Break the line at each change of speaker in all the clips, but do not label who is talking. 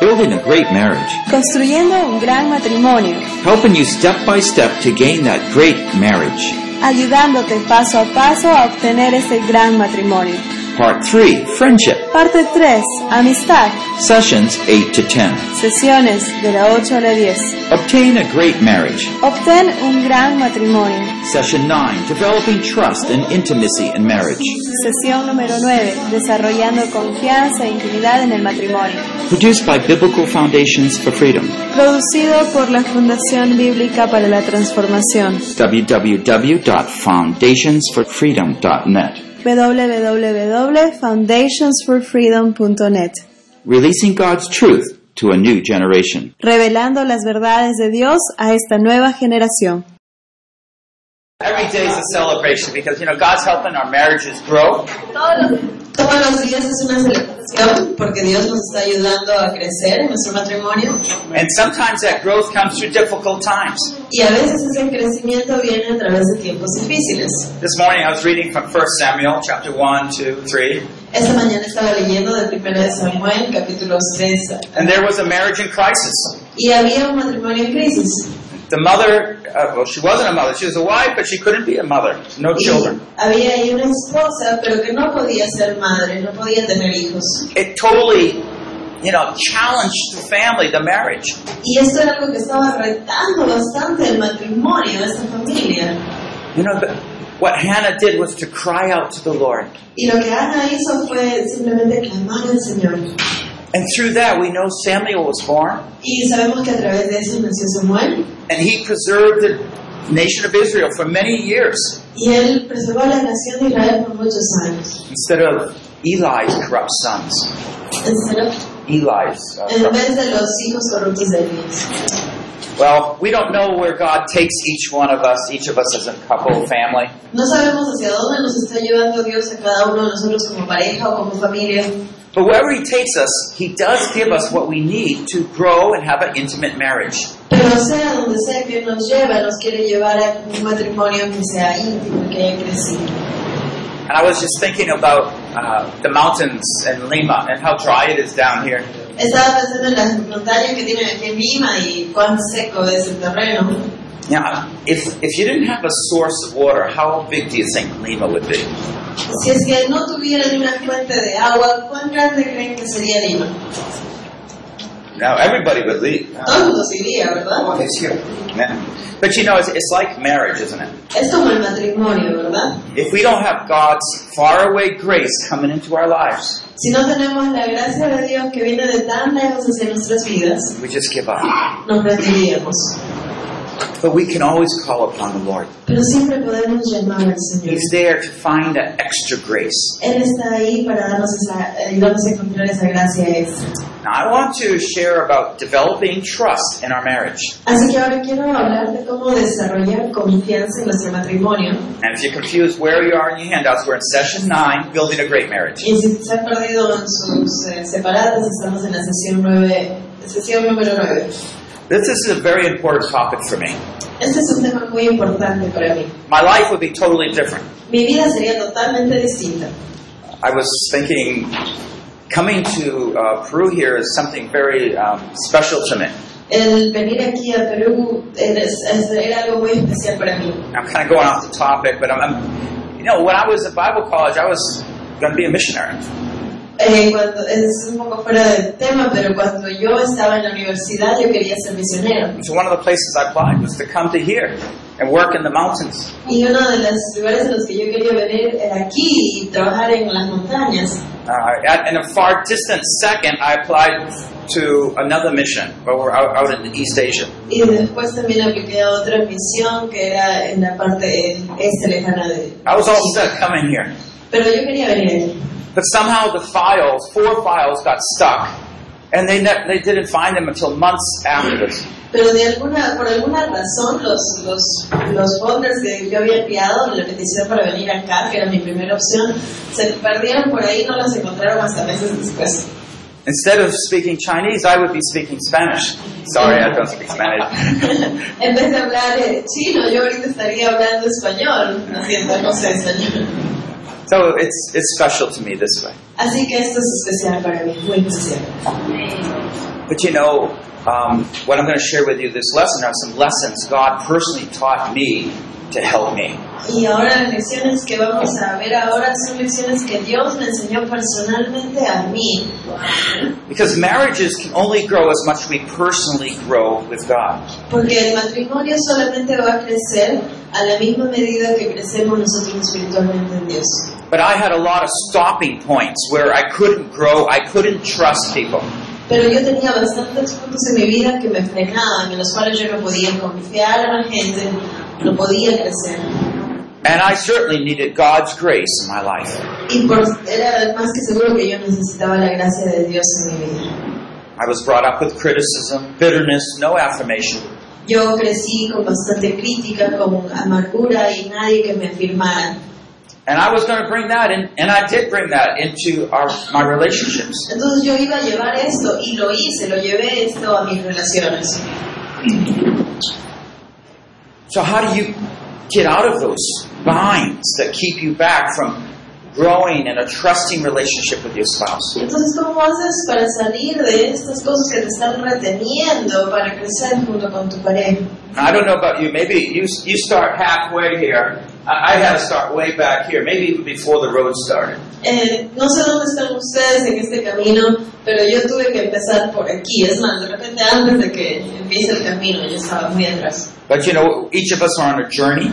Building a great marriage.
Construyendo un gran matrimonio.
Helping you step by step to gain that great marriage.
Ayudándote paso a paso a obtener ese gran matrimonio.
Part 3 Friendship.
Parte 3. Amistad.
Sessions 8 to 10.
Sesiones de la 8 a la 10.
Obtain a great marriage.
Obtén un gran matrimonio.
Session 9 Developing trust and intimacy in marriage.
Sesión número 9. Desarrollando confianza e intimidad en el matrimonio.
Produced by Biblical Foundations for Freedom.
Producido por la Fundación Bíblica para la Transformación.
www.foundationsforfreedom.net.
www.foundationsforfreedom.net.
Releasing God's truth to a new generation.
Revelando las verdades de Dios a esta nueva generación.
Every day is a celebration because, you know, God's helping our marriages grow.
Todos los, todos los días es una celebración porque Dios nos está ayudando a crecer en nuestro matrimonio
And sometimes that growth comes through difficult times.
y a veces ese crecimiento viene a través de tiempos difíciles.
This morning I was reading from 1 Samuel chapter 1, 2, 3.
Esta mañana estaba leyendo de 1 de Samuel, capítulo 6,
And there was a marriage in crisis.
y había un matrimonio en crisis.
The mother, uh, well, she wasn't a mother. She was a wife, but she couldn't be a mother. No
Y
children.
había ahí una esposa, pero que no podía ser madre, no podía tener hijos.
It totally, you know, challenged the family, the marriage.
Y esto era algo que estaba retando bastante el matrimonio de esta familia.
You know, the, what Hannah did was to cry out to the Lord.
Y lo que Ana hizo fue simplemente clamar al Señor.
And through that, we know Samuel was born,
Y sabemos que a través de eso nació Samuel.
and he preserved the nation of Israel for many years
Y él preservó la nación de Israel por muchos años.
instead of Eli's corrupt sons.
Entonces,
Eli's. Uh,
En
corrupt-
vez de los hijos corruptos de Dios.
well, we don't know where God takes each one of us, each of us as a couple, family.
No sabemos hacia dónde nos está llevando Dios a cada uno de nosotros como pareja o como familia.
But wherever He takes us, He does give us what we need to grow and have an intimate marriage.
Pero sea donde sea que nos lleva, nos quiere llevar a un matrimonio que sea íntimo, que haya crecido.
And I was just thinking about uh, the mountains and Lima and how dry it is down here.
Estaba pensando en las montañas que tienen aquí en Lima y cuán seco es el terreno.
Now, if, if you didn't have a source of water, how big do you think Lima would be?
Si es que no tuvieran una fuente de agua, ¿cuán grande creen que sería Lima?
Now, everybody would leave.
Todo el mundo se iría, ¿verdad?
it's here. Yeah. But you know, it's, it's like marriage, isn't it?
Es como el matrimonio, ¿verdad?
If we don't have God's faraway grace coming into our lives,
Si no tenemos la gracia de Dios que viene de tan lejos hacia nuestras vidas,
we just give up.
nos rendiríamos.
But we can always call upon the Lord.
Pero siempre podemos llamar al Señor.
He's there to find that extra grace.
Él está ahí para darnos esa, ayudarnos a encontrar esa gracia extra.
Now, I want to share about developing trust in our marriage.
Así que ahora quiero hablar de cómo desarrollar confianza en nuestro matrimonio.
And if you're confused where you are in your handouts, we're in session 9, building a great marriage.
Y si se han perdido en sus eh, separadas, estamos en la sesión, nueve, sesión número 9.
This is a very important topic for me.
Este es un tema muy importante para mí.
My life would be totally different.
Mi vida sería totalmente distinta.
I was thinking coming to uh, Peru here is something very um, special to me.
El venir aquí a Perú era, es- era algo muy especial para mí.
I'm kind of going off the topic, but I'm, I'm you know, when I was at Bible college, I was going to be a missionary.
Eh, cuando, es un poco fuera del tema, pero cuando yo estaba en la universidad yo quería ser misionero.
And so one of the places I applied was to come to here and work in the mountains.
Y uno de los lugares en los que yo quería venir era aquí y trabajar en las montañas.
Uh, at, in a far distant second, I applied to another mission, but we're out, out in East Asia.
Y después también apliqué a otra misión que era en la parte este lejana de...
I was all set coming here,
Pero yo quería venir aquí.
but somehow the files, four files, got stuck, and they ne- they didn't find them until months afterwards.
Pero de alguna, por alguna razón los, los, los folders que yo había enviado, la petición para venir acá, que era mi primera opción, se perdieron por ahí, no los encontraron hasta meses después.
Instead of speaking Chinese, I would be speaking Spanish. Sorry, I don't speak Spanish.
En vez de hablar eh, chino, yo ahorita estaría hablando español, haciendo no sé español.
so it's, it's special to me this way.
Así que esto es especial para mí, muy especial.
But you know, um, what I'm going to share with you this lesson are some lessons God personally taught me to help me.
Y ahora las lecciones que vamos a ver ahora son lecciones que Dios me enseñó personalmente a mí.
Because marriages can only grow as much as we personally grow with God.
Porque el matrimonio solamente va a crecer a la misma medida que crecemos nosotros espiritualmente en Dios.
But I had a lot of stopping points where I couldn't grow, I couldn't trust people.
Pero yo tenía bastantes puntos en mi vida que me frenaban, en los cuales yo no podía confiar a la gente, no podía crecer.
And I certainly needed God's grace in my life.
Y por, era más que seguro que yo necesitaba la gracia de Dios en mi vida.
I was brought up with criticism, bitterness, no affirmation.
Yo crecí con bastante crítica, con amargura y nadie que me afirmara.
And I was going to bring that in, and I did bring that into our, my relationships.
Entonces yo iba a llevar esto y lo hice, lo llevé esto a mis relaciones.
So, how do you get out of those binds that keep you back from growing in a trusting relationship with your spouse?
Entonces, ¿cómo haces para salir de estas cosas que te están reteniendo para crecer junto con tu pareja?
I don't know about you. Maybe you, you start halfway here. I, I had to start way back here, maybe even before the road started.
Eh, no sé dónde están ustedes en este camino, pero yo tuve que empezar por aquí. Es más, de repente antes de que empiece el camino, yo estaba muy atrás.
But you know, each of us are on a journey,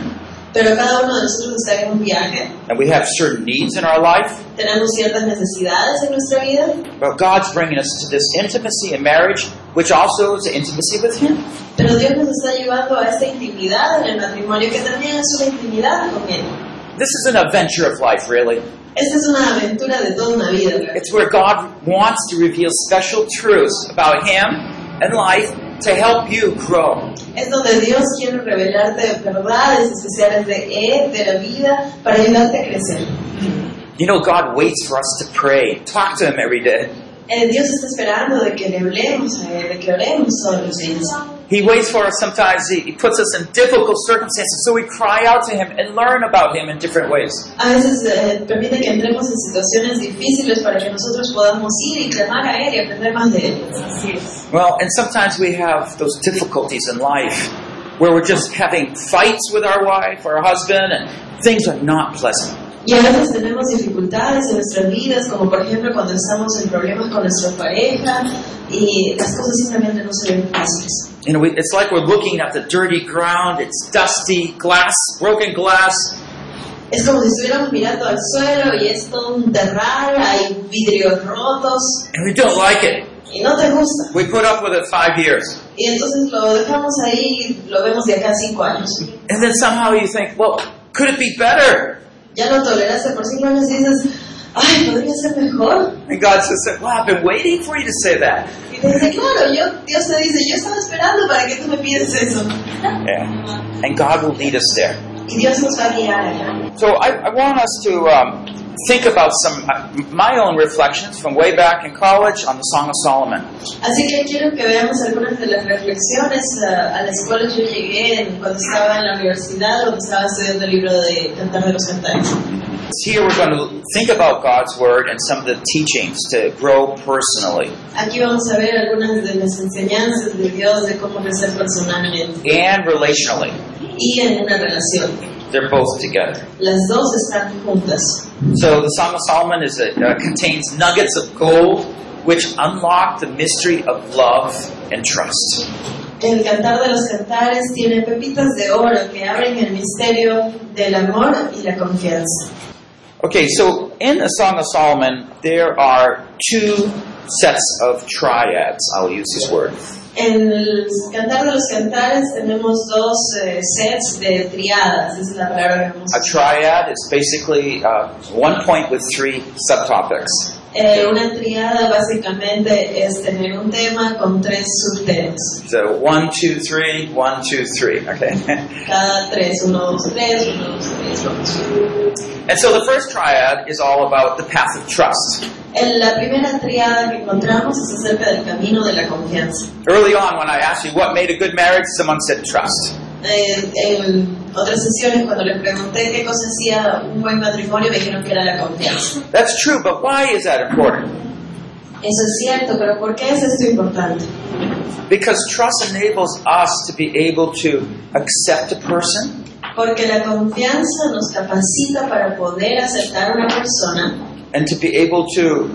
Pero cada uno de nosotros está en un viaje,
and we have certain needs in our life.
tenemos ciertas necesidades en nuestra vida,
But God's bringing us to this intimacy in marriage, which also is intimacy with Him.
pero Dios nos está llevando a esta intimidad en el matrimonio, que también es una intimidad con Él.
This is an adventure of life, really.
Esta es una aventura de toda una vida, ¿verdad?
It's where God wants to reveal special truths about Him and life to help you grow.
Es donde Dios quiere revelarte verdades especiales de Él, de la vida, para ayudarte a crecer.
You know, God waits for us to pray, talk to Him every day.
Eh, Dios está esperando de que le hablemos a Él, de que oremos todos los días.
He waits for us sometimes. He he puts us in difficult circumstances, so we cry out to Him and learn about Him in different ways.
A veces eh, permite que entremos en situaciones difíciles para que nosotros podamos ir y clamar a Él y aprender más de Él.
Well, and sometimes we have those difficulties in life where we're just having fights with our wife or our husband, and things are not pleasant.
Y a veces tenemos dificultades en nuestras vidas, como por ejemplo cuando estamos en problemas con nuestra pareja y las cosas simplemente no se ven fáciles.
You know, we, it's like we're looking at the dirty ground. It's dusty, glass, broken glass.
Es como si estuviéramos mirando al suelo y es todo un terral, hay vidrios rotos
and we don't like it.
y no te gusta.
We put up with it five years.
Y entonces lo dejamos ahí y lo vemos de acá a cinco años.
And then somehow you think, well, could it be better?
Ya lo toleraste por cinco años y dices, ay, podría ser mejor.
And God says, well, I've been waiting for you to say that.
Y te dice, claro, yo, Dios te dice, yo estaba esperando para que tú me pides eso.
Yeah. And God will lead us there.
Y Dios nos va a guiar allá.
So I, I want us to um, think about some uh, my own reflections from way back in college on the Song of Solomon.
Así que quiero que veamos algunas de las reflexiones eh, a las cuales yo llegué en- cuando estaba en la universidad, cuando estaba estudiando el libro de Cantar de los Cantares.
Here we're going to think about God's Word and some of the teachings to grow personally
Aquí vamos a ver algunas de las enseñanzas de Dios de cómo crecer personalmente
and relationally.
y en una relación.
They're both together.
Las dos están juntas.
So the Song of Solomon is a, uh, contains nuggets of gold which unlock the mystery of love and trust.
El cantar de los cantares tiene pepitas de oro que abren el misterio del amor y la confianza.
Okay, so in the Song of Solomon there are two sets of triads. I'll use this word.
En el cantar de los cantares tenemos dos eh, sets de triadas, esa es la palabra que vamos a
A triad is basically uh, one point with three subtopics.
Eh, una triada básicamente es tener un tema con tres subtemas.
So one, two, three, one, two, three. Okay.
Cada tres, uno, dos, tres, uno, dos, tres, uno, dos, tres.
and so the first triad is all about the path of trust.
En la primera triada que encontramos es acerca del camino de la confianza.
Early on, when I asked you what made a good marriage, someone said trust.
Eh, en otras sesiones, cuando les pregunté qué cosa hacía un buen matrimonio, me dijeron que era la confianza.
That's true, but why is that important?
Eso es cierto, pero ¿por qué es esto importante?
Because trust enables us to be able to accept a person,
Porque la confianza nos capacita para poder aceptar a una persona
and to be able to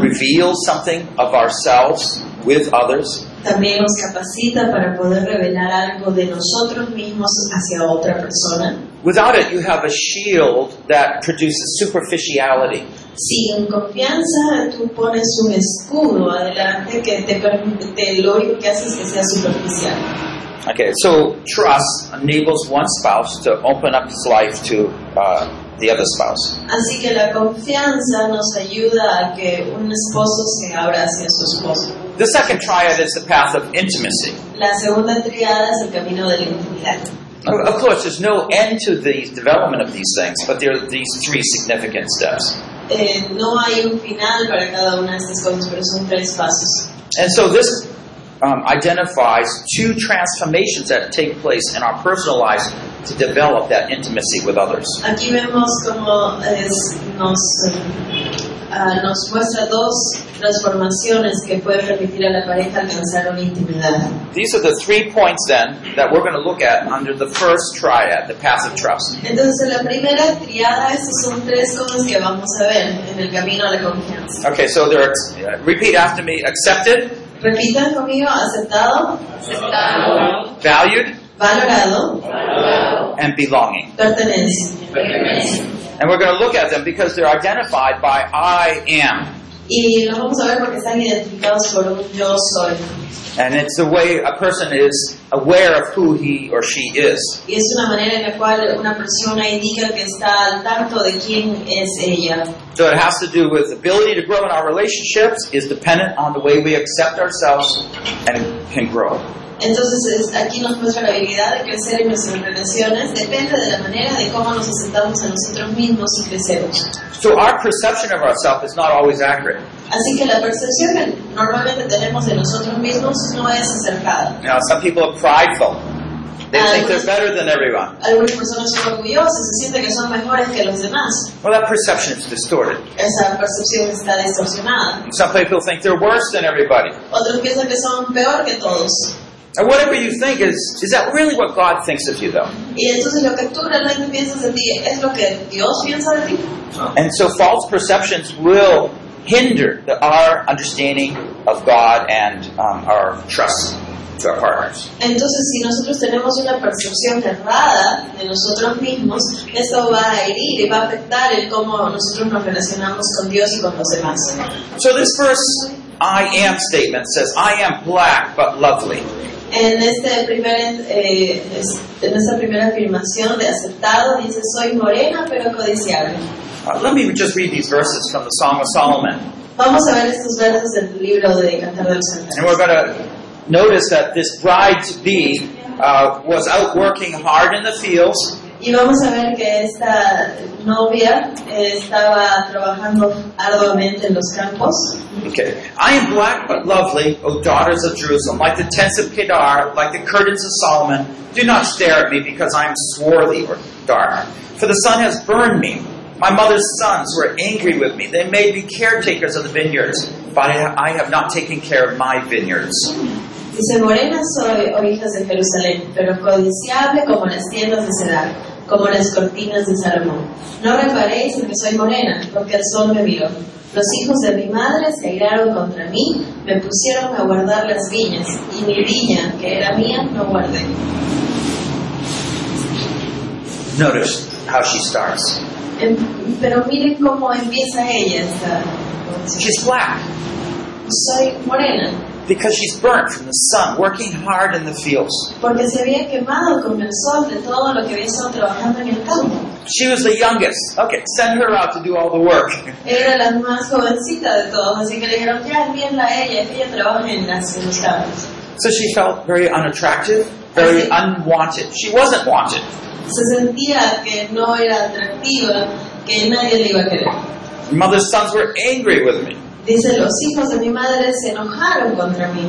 reveal something of ourselves with others,
también nos capacita para poder revelar algo de nosotros mismos hacia otra persona.
Without it, you have a shield that produces superficiality.
Sin confianza tú pones un escudo adelante que te permite, te- lo único que hace es que sea superficial.
Okay, so trust enables one spouse to open up his life to uh, the other spouse.
Así que la confianza nos ayuda a que un esposo se abra hacia su esposo.
The second triad is the path of intimacy.
La segunda triada es el camino de la intimidad.
Of of course, there's no end to the development of these things, but there are these three significant steps.
Eh, no hay un final para cada una de estas cosas, pero son tres pasos.
And so this um, identifies two transformations that take place in our personal lives to develop that intimacy with others.
Aquí vemos cómo es- nos, eh, ah, nos muestra dos transformaciones que pueden permitir a la pareja alcanzar una intimidad.
These are the three points then that we're going to look at under the first triad, the path of trust.
Entonces, la primera triada, estas son tres cosas que vamos a ver en el camino a la confianza.
Okay, so there are, repeat after me, accepted,
Repitan conmigo, aceptado,
valued,
valorado,
and belonging.
pertenece.
And we're going to look at them because they're identified by I am.
Y lo vamos a ver porque están identificados por un yo soy.
And it's the way a person is aware of who he or she is.
Y es una manera en la cual una persona indica que está al tanto de quién es ella.
So it has to do with ability to grow in our relationships is dependent on the way we accept ourselves and can grow.
Entonces es- aquí nos muestra la habilidad de crecer en nuestras relaciones, depende de la manera de cómo nos aceptamos a nosotros mismos y crecemos.
So our perception of ourselves is not always accurate.
Así que la percepción que normalmente tenemos de nosotros mismos no es acertada.
You know, some people are prideful. They think they're better than everyone.
Algunas personas son orgullosas, se sienten que son mejores que los demás.
Well, that perception is distorted.
Esa percepción está distorsionada.
And some people think they're worse than everybody.
Otros piensan que son peor que todos.
And whatever you think is, is that really what God thinks of you though?
Y entonces lo que tú realmente piensas de ti es lo que Dios piensa de ti.
And so false perceptions will hinder the, our understanding of God and um, our trust to our partners.
Entonces, si nosotros tenemos una percepción errada de nosotros mismos, esto va a herir y va a afectar el cómo nosotros nos relacionamos con Dios y con los demás.
So this first I am statement says, I am black but lovely.
En, este primer, eh, es- en esta primera afirmación de aceptado dice, soy morena pero codiciable.
Uh, let me just read these verses from the Song of Solomon.
Vamos a ver estos versos del libro de Cantar de los
And we're
Cantares.
going to notice that this bride to be uh, was out working hard in the fields,
Y vamos a ver que esta novia eh, estaba trabajando arduamente en los campos.
Okay. I am black but lovely, O daughters of Jerusalem, like the tents of Kedar, like the curtains of Solomon. Do not stare at me because I am swarthy or dark. For the sun has burned me. My mother's sons were angry with me. They made me caretakers of the vineyards, but I I have not taken care of my vineyards.
Dice, morena soy, oh hijas de Jerusalén, pero codiciable como las tiendas de Sedar, como las cortinas de Salomón. No reparéis en que soy morena, porque el sol me miró. Los hijos de mi madre se airaron contra mí, me pusieron a guardar las viñas, y mi viña, que era mía, no guardé.
Notice how she starts.
Em, Pero miren cómo empieza ella esta...
She's black
Soy morena,
because she's burnt from the sun, working hard in the fields.
porque se había quemado con el sol de todo lo que había estado trabajando en el campo.
She was the youngest. Okay, send her out to do all the work.
Era la más jovencita de todos, así que le dijeron, ya envíenla a ella, que ella trabaja en las en los campos.
So she felt very unattractive, very unwanted. She wasn't wanted.
Se sentía que no era atractiva, que nadie le iba a querer.
Mother's sons were angry with me.
Dice, los hijos de mi madre se enojaron contra mí.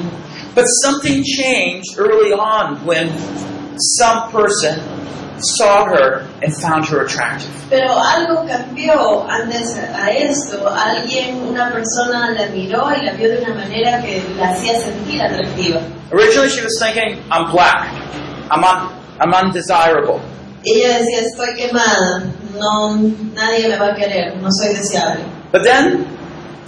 But something changed early on when some person saw her and found her attractive.
Pero algo cambió antes a esto. Alguien, una persona la miró y la vio de una manera que la hacía sentir atractiva.
Originally, she was thinking, I'm black, I'm, un- I'm undesirable.
Ella decía, estoy quemada, no, nadie me va a querer, no soy deseable.
But then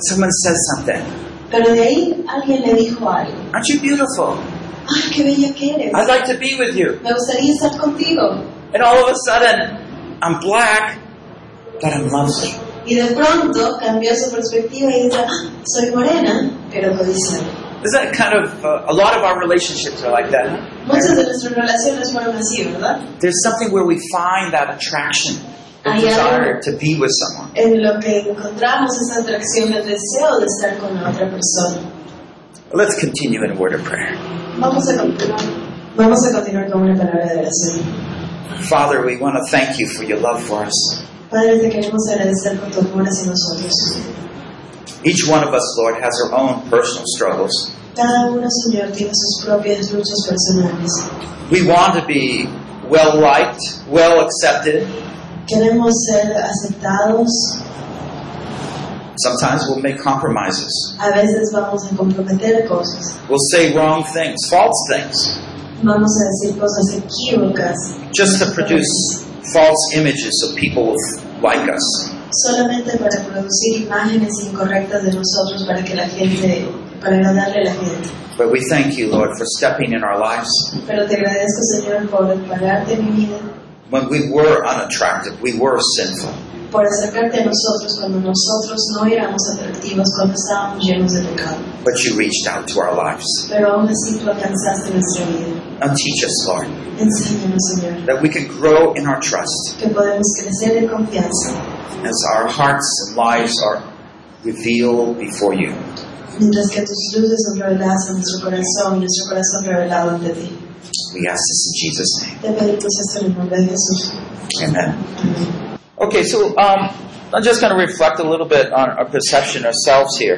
someone says something
Pero de ahí alguien le dijo algo.
Aren't you beautiful?
¡Ay, Ah, qué bella que eres!
I'd like to be with you.
Me gustaría estar contigo.
And all of a sudden, I'm black, but I'm lovely.
Y de pronto cambió su perspectiva y dijo, "Ah, soy morena, pero codiciada.
Is that kind of uh, a lot of our relationships are like that? huh?
Muchas de nuestras relaciones fueron así, ¿verdad?
There's something where we find that attraction, the
Hay
desire
algo
to be with someone.
en lo que encontramos esa atracción del deseo de estar con la otra persona.
Let's continue in a word of prayer.
Vamos a continuar. Vamos a continuar con una palabra de oración.
Father, we want to thank you for your love for us.
Padre, te queremos agradecer por tu amor hacia nosotros.
Each one of us, Lord, has our own personal struggles.
Cada uno, Señor, tiene sus propias luchas personales.
We want to be well liked, well accepted.
Queremos ser aceptados,
Sometimes we'll make compromises.
a veces vamos a comprometer cosas.
We'll say wrong things, false things,
Vamos a decir cosas equívocas
just to produce false images so people will like us.
solamente para producir imágenes incorrectas de nosotros para que la gente, para agradarle a la gente.
But we thank you, Lord, for stepping in our lives.
Pero te agradezco, Señor, por pararte mi vida,
When we were unattractive, we were sinful.
por acercarte a nosotros cuando nosotros no éramos atractivos, cuando estábamos llenos de pecado.
But you reached out to our lives.
Pero aún así tú alcanzaste nuestra vida.
Now teach us, Lord,
Enséñanos, Señor,
that we can grow in our trust
que podemos crecer en confianza
as our hearts and lives are revealed before you.
mientras que tus luces son reveladas en nuestro corazón y nuestro corazón revelado ante ti.
We ask this in Jesus' name.
Te pedimos esto en el nombre de Jesús.
Amen.
Amén.
Okay, so um, I'm just going to reflect a little bit on our perception ourselves here.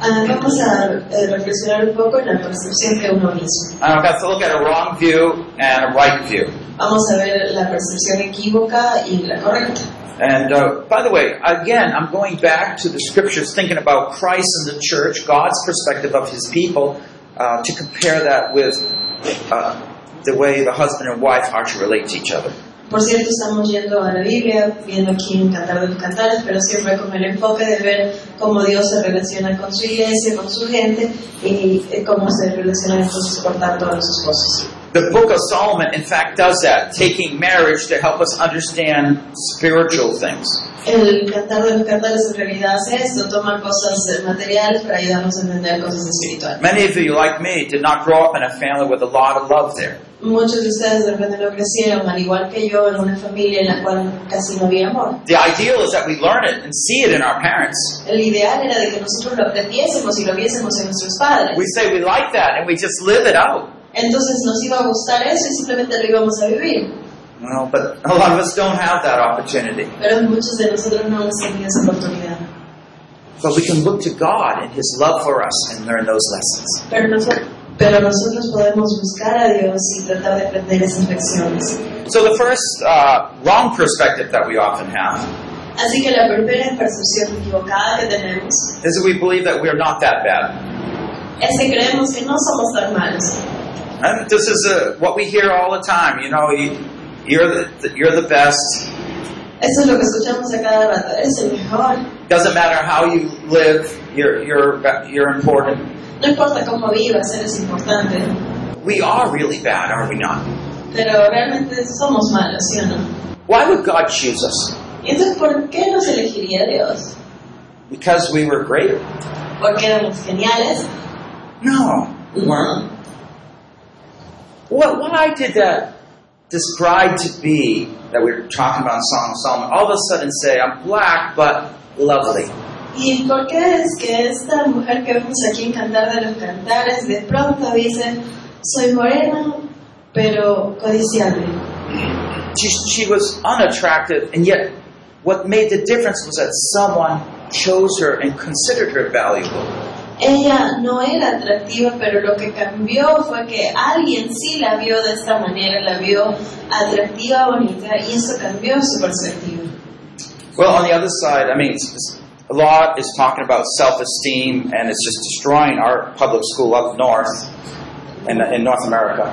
Ah, vamos a eh, reflexionar un poco en la percepción de uno mismo.
I've got Um, to look at a wrong view and a right view.
Vamos a ver la percepción equívoca y la correcta.
And uh, by the way, again, I'm going back to the scriptures, thinking about Christ and the church, God's perspective of His people, uh, to compare that with uh, the way the husband and wife are to relate to each other.
Por cierto, estamos yendo a la Biblia, viendo aquí en Cantar de los Cantares, pero siempre con el enfoque de ver cómo Dios se relaciona con su iglesia, con su gente y eh, cómo se relaciona entonces por tanto a los esposos.
The Book of Solomon, in fact, does that, taking marriage to help us understand spiritual things.
El Cantar de los Cantares en realidad hace esto, toma cosas eh, materiales para ayudarnos a entender cosas espirituales.
Many of you, like me, did not grow up in a family with a lot of love there.
Muchos de ustedes de repente no crecieron, al igual que yo, en una familia en la cual casi no había amor.
The ideal is that we learn it and see it in our parents.
El ideal era de que nosotros lo aprendiésemos y lo viésemos en nuestros padres.
We say we like that and we just live it out.
Entonces nos iba a gustar eso y simplemente lo íbamos a vivir.
Well, but a lot of us don't have that opportunity.
Pero muchos de nosotros no hemos tenido esa oportunidad.
But we can look to God and His love for us and learn those lessons.
Pero nosotros, pero nosotros podemos buscar a Dios y tratar de aprender esas lecciones.
So the first uh, wrong perspective that we often have
Así que la primera percepción equivocada que tenemos
is that we believe that we are not that bad.
es que creemos que no somos tan malos.
And this is uh, what we hear all the time. You know, you, you're the you're the best.
Eso es lo que escuchamos a cada rato. Eres el mejor.
Doesn't matter how you live. You're you're you're important.
No importa cómo vivas, eres importante.
We are really bad, are we not?
Pero realmente somos malos, ¿sí o no?
Why would God choose us?
Entonces, ¿por qué nos elegiría Dios?
Because we were great?
¿Porque éramos geniales?
No, we weren't. What, why did that described to be that we were talking about in Song of Solomon all of a sudden say, I'm black but lovely?
¿Y por qué es que esta mujer que vemos aquí en Cantar de los Cantares de pronto dice, soy morena, pero codiciable?
She, she was unattractive, and yet what made the difference was that someone chose her and considered her valuable.
Ella no era atractiva, pero lo que cambió fue que alguien sí la vio de esta manera, la vio atractiva, bonita, y eso cambió su perspectiva.
Well, on the other side, I mean, it's, it's- a lot is talking about self-esteem, and it's just destroying our public school up north in, in North America.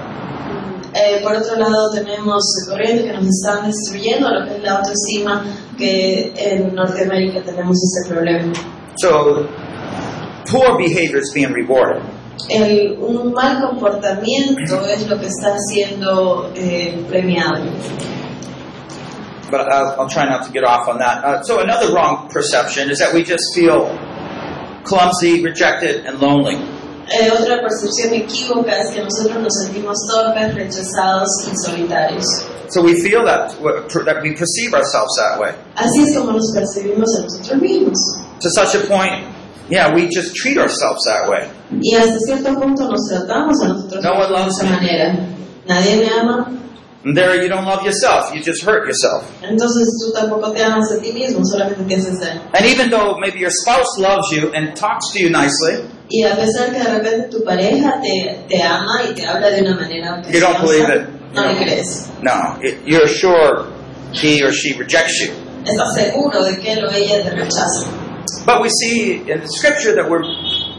Eh, por otro lado, tenemos corrientes que nos están destruyendo lo que es la autoestima, que en Norteamérica tenemos ese problema.
So, poor behavior is being rewarded.
El, un mal comportamiento es lo que está siendo eh, premiado.
But uh, I'll, I'll try not to get off on that. Uh, so, another wrong perception is that we just feel clumsy, rejected, and lonely.
Eh, otra percepción equívoca es que nosotros nos sentimos torpes, rechazados y solitarios.
So, we feel that, that we perceive ourselves that way.
Así es como nos percibimos a nosotros mismos.
To such a point, yeah, we just treat ourselves that way.
Y hasta cierto punto nos tratamos a nosotros
No
mismos
one
de
loves
esa
me.
manera. Nadie me ama,
And there, you don't love yourself, you just hurt yourself.
entonces tú tampoco te amas a ti mismo, solamente te haces daño.
And even though maybe your spouse loves you and talks to you nicely,
Y a pesar que de repente tu pareja te, te ama y te habla de una manera
you don't believe it.
cariñosa, no le crees.
No, it, you're sure he or she rejects you.
Estás seguro de que él o ella te rechaza.
But we see in the scripture that we're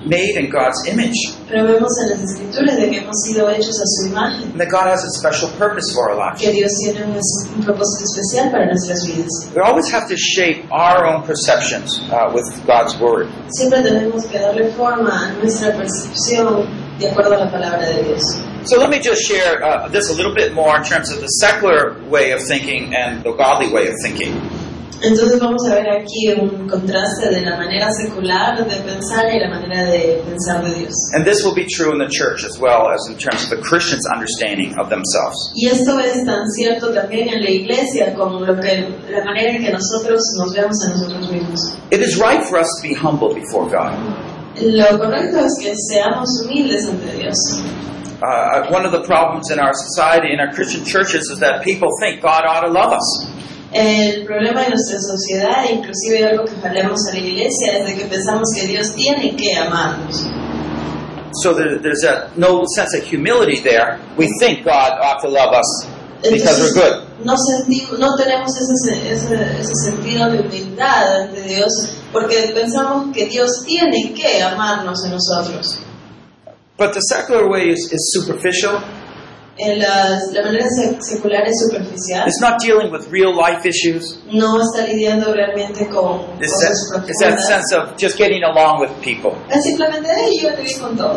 made in God's image
Pero vemos en las escrituras de que hemos sido hechos a su imagen,
and that God has a special purpose for our lives.
que Dios tiene un, es- un propósito especial para nuestras vidas.
We always have to shape our own perceptions uh, with God's word.
Siempre tenemos que darle forma a nuestra percepción de acuerdo a la palabra de Dios.
So let me just share uh, this a little bit more in terms of the secular way of thinking and the godly way of thinking.
Entonces vamos a ver aquí un contraste de la manera secular de pensar y la manera de pensar de Dios.
And this will be true in the church as well as in terms of the Christian's understanding of themselves.
Y esto es tan cierto también en la iglesia como lo que, la manera en que nosotros nos vemos a nosotros mismos.
It is right for us to be humble before God.
Lo correcto es que seamos humildes ante Dios.
Uh, one of the problems in our society, in our Christian churches, is that people think God ought to love us.
El problema de nuestra sociedad, inclusive algo que hablamos a la iglesia, es de que pensamos que Dios tiene que amarnos.
So there, there's a no sense of humility there. We think God ought to love us because we're
Entonces,
good.
no, sentimos, no tenemos ese, se- ese, ese sentido de humildad ante Dios porque pensamos que Dios tiene que amarnos a nosotros.
But the secular way is, is superficial.
En las- la manera sec- secular es superficial.
It's not dealing with real life issues.
no está lidiando realmente con
It's
cosas
that, it's that
profundas.
sense of just getting along with people.
Es simplemente "Ay, yo te vi con todos.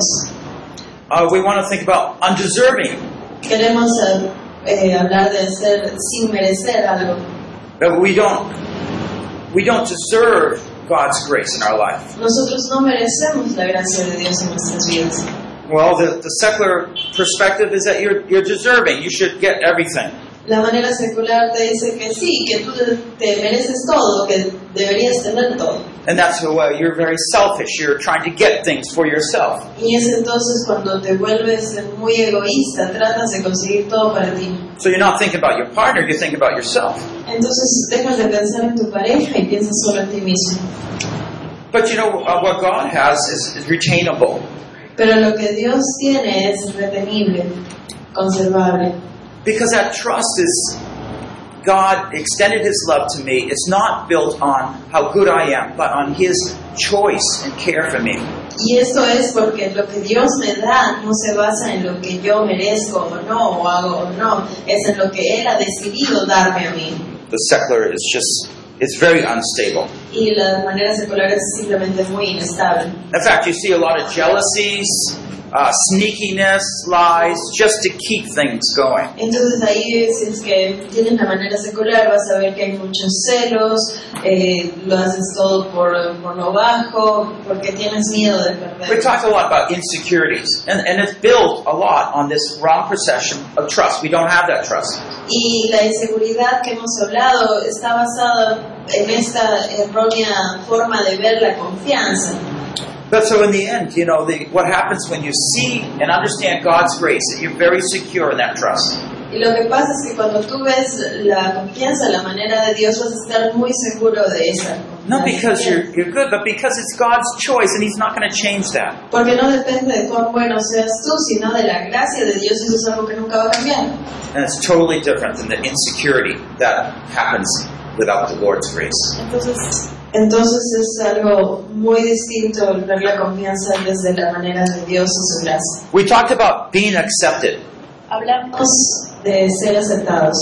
Uh, we want to think about undeserving.
Queremos eh, eh, hablar de ser sin merecer algo.
That we don't we don't deserve God's grace in our life.
Nosotros no merecemos la gracia de Dios en nuestras vidas.
Well, the, the secular perspective is that you're you're deserving. You should get everything.
La manera secular te dice que sí, que tú te- te mereces todo, que deberías tener todo.
And that's the way you're very selfish. You're trying to get things for yourself.
Y es entonces cuando te vuelves muy egoísta, tratas de conseguir todo para ti.
So you're not thinking about your partner, you're thinking about yourself.
Entonces dejas de pensar en tu pareja y piensas solo en ti mismo.
But you know, uh, what God has is, is retainable.
Pero lo que Dios tiene es retenible, conservable.
Because that trust is God extended his love to me. It's not built on how good I am, but on his choice and care for me.
Y esto es porque lo que Dios me da no se basa en lo que yo merezco o no, o hago o no, es en lo que Él ha decidido darme a mí.
The secular is just, it's very unstable.
Y la manera secular es simplemente muy inestable.
In fact, you see a lot of jealousies, uh, sneakiness, lies, just to keep things going.
Entonces ahí eh, si es que tienes la manera secular vas a ver que hay muchos celos, eh, lo haces todo por, por lo bajo, porque tienes miedo de
We
perder.
talked a lot about insecurities, and, and it's built a lot on this wrong perception of trust. We don't have that trust.
Y la inseguridad que hemos hablado está basada en esta errónea forma de ver la confianza.
But so in the end, you know, the, what happens when you see and understand God's grace, that you're very secure in that trust.
Y lo que pasa es que cuando tú ves la confianza, la manera de Dios, vas a estar muy seguro de esa confianza.
Not because you're, you're good, but because it's God's choice and He's not going to change that.
Porque no depende de cuán bueno seas tú, sino de la gracia de Dios, eso es algo que nunca va a cambiar.
And it's totally different than the insecurity that happens without the Lord's grace.
Entonces, entonces es algo muy distinto el ver la confianza desde la manera de Dios o su gracia.
We talked about being accepted.
Hablamos de ser aceptados.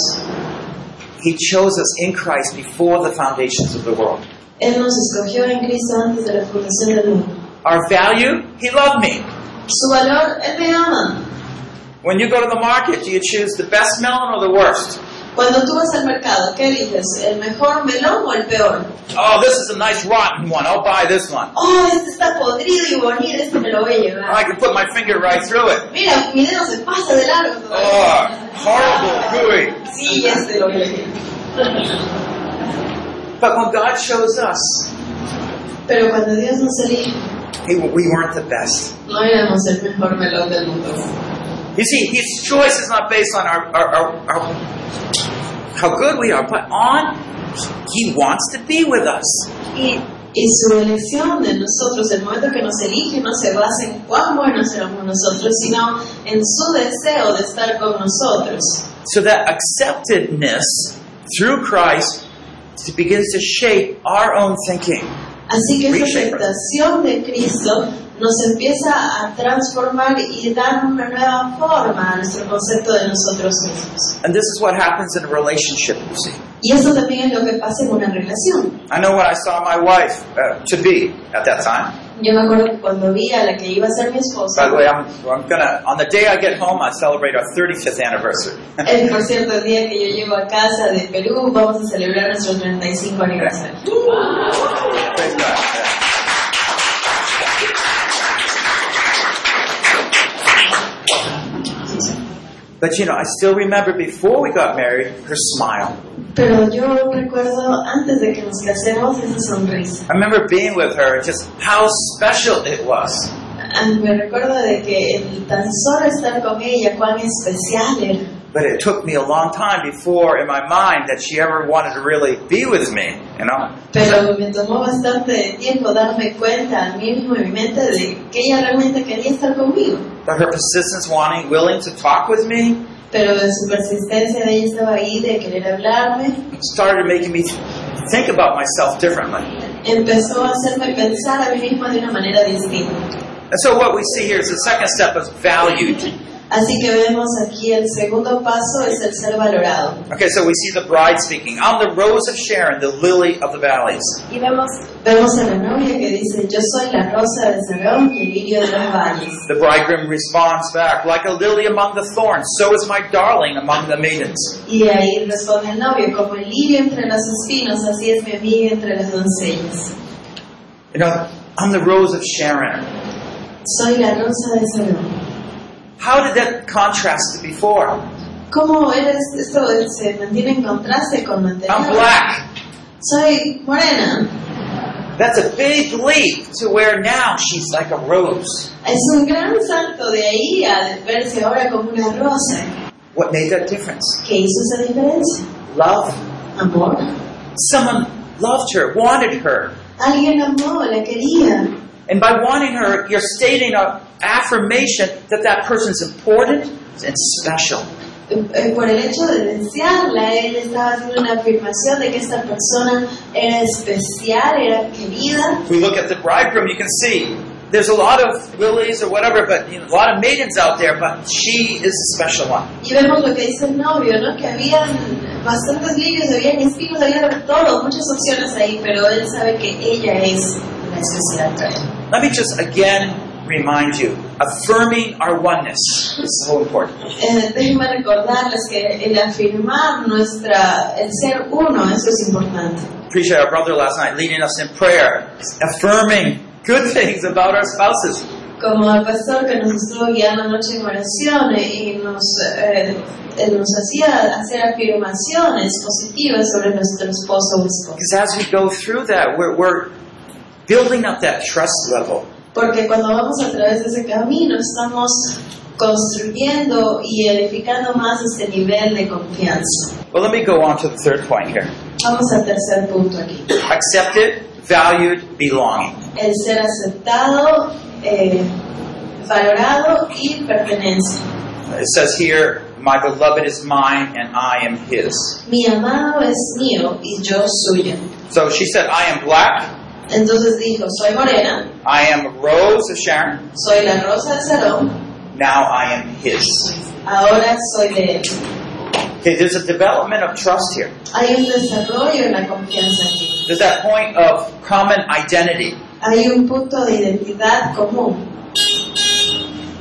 He chose us in Christ before the foundations of the world.
Él nos escogió en Cristo antes de la fundación del mundo.
Our value, He loved me.
Su valor, Él me ama.
When you go to the market, do you choose the best melon or the worst?
Cuando tú vas al mercado, ¿qué eliges? ¿El mejor melón o el peor?
Oh, this is a nice rotten one. I'll buy this one.
Oh, este está podrido y bonito, este me lo voy a
I
llevar.
can put my finger right through it.
Mira, mi dedo se pasa de largo.
Oh, horrible, gooey.
Sí, este lo voy a elegir.
But when God chose us,
Pero cuando Dios nos elige,
he, we weren't the best.
no éramos el mejor melón del mundo.
You see, His choice is not based on our, our, our, our how good we are, but on He wants to be with us.
Y, y su elección de nosotros, el momento que nos elige, no se basa en cuán buenos éramos nosotros, sino en su deseo de estar con nosotros.
So that acceptedness through Christ begins to shape our own thinking.
Así que esa
Reshape.
aceptación de Cristo nos empieza a transformar y dar una nueva forma a nuestro concepto de nosotros mismos.
And this is what happens in a relationship, you see.
Y eso también es lo que pasa en una relación.
I know what I saw my wife uh, to be at that time.
Yo me acuerdo que cuando vi a la que iba a ser mi
By
esposa,
the way, I'm, I'm gonna on the day I get home, I celebrate our 35th anniversary.
el, por cierto, el día que yo llego a casa de Perú, vamos a celebrar nuestro 35 aniversario.
Praise God. Yeah. But you know, I still remember before we got married, her smile.
Pero yo recuerdo antes de que nos casemos esa sonrisa.
I remember being with her and just how special it was.
Ah, Me recuerdo de que el tan solo estar con ella, cuán especial era.
But it took me a long time before, in my mind, that she ever wanted to really be with me. You know,
Pero me tomó bastante tiempo darme cuenta a mí mismo y mi mente de que ella realmente quería estar conmigo.
but her persistence, wanting, willing to talk with me,
Pero de su persistencia de ella estaba ahí, de querer hablarme,
started making me think about myself differently.
empezó a hacerme pensar a mí misma de una manera distinta.
And so, what we see here is the second step is valued.
Así que vemos aquí el segundo paso es el ser valorado.
Okay, so we see the bride speaking. I'm the rose of Sharon, the lily of the valleys.
Y vemos,
Vemos a la novia que dice, yo soy la rosa del Sarón y el lirio de los valles.
The bridegroom responds back, like a lily among the thorns, so is my darling among the maidens.
Y ahí responde el novio, como el lirio entre los espinos, así es mi amiga entre las doncellas.
You know, I'm the rose of Sharon.
Soy la rosa del Sarón.
How did that contrast to before?
¿Cómo eres? Esto se mantiene en contraste con lo anterior.
I'm black.
Soy morena.
That's a big leap to where now she's like a rose.
Es un gran salto de ahí a verse ahora como una rosa.
What made that difference?
¿Qué hizo esa diferencia?
Love.
Amor.
Someone loved her, wanted her.
Alguien amó, la quería.
And by wanting her, you're stating an affirmation that that person's important and special.
Eh, por el hecho de desearla, él estaba haciendo una afirmación de que esta persona era especial, era querida.
If we look at the bridegroom, you can see there's a lot of lilies or whatever, but you know, a lot of maidens out there, but she is a special one.
Y vemos lo que dice el novio, ¿no? Que habían bastantes lirios, habían espinos, había de todo, muchas opciones ahí, pero él sabe que ella es la especial para él.
Let me just again remind you affirming our oneness is so important.
Eh, déjenme recordarles que el afirmar nuestra, el ser uno, eso es importante.
Appreciate our brother last night leading us in prayer, affirming good things about our spouses.
como el pastor que nos estuvo guiando anoche en oraciones y nos, eh, eh, nos hacía hacer afirmaciones positivas sobre nuestro esposo o esposa.
Because as we go through that, we're, we're building up that trust level.
Porque cuando vamos a través de ese camino estamos construyendo y edificando más este nivel de confianza.
Well, let me go on to the third point here.
Vamos al tercer punto aquí.
Accepted, valued belonging.
el ser aceptado, eh, valorado y pertenencia.
It says here, My beloved is mine and I am his.
Mi amado es mío y yo suya.
So she said, I am black,
Entonces dijo, soy morena,
I am a rose of Sharon,
soy la rosa del salón,
now I am his.
ahora soy de él.
Okay, there's a development of trust here.
Hay un desarrollo en la confianza aquí.
There's that point of common identity.
Hay un punto de identidad común.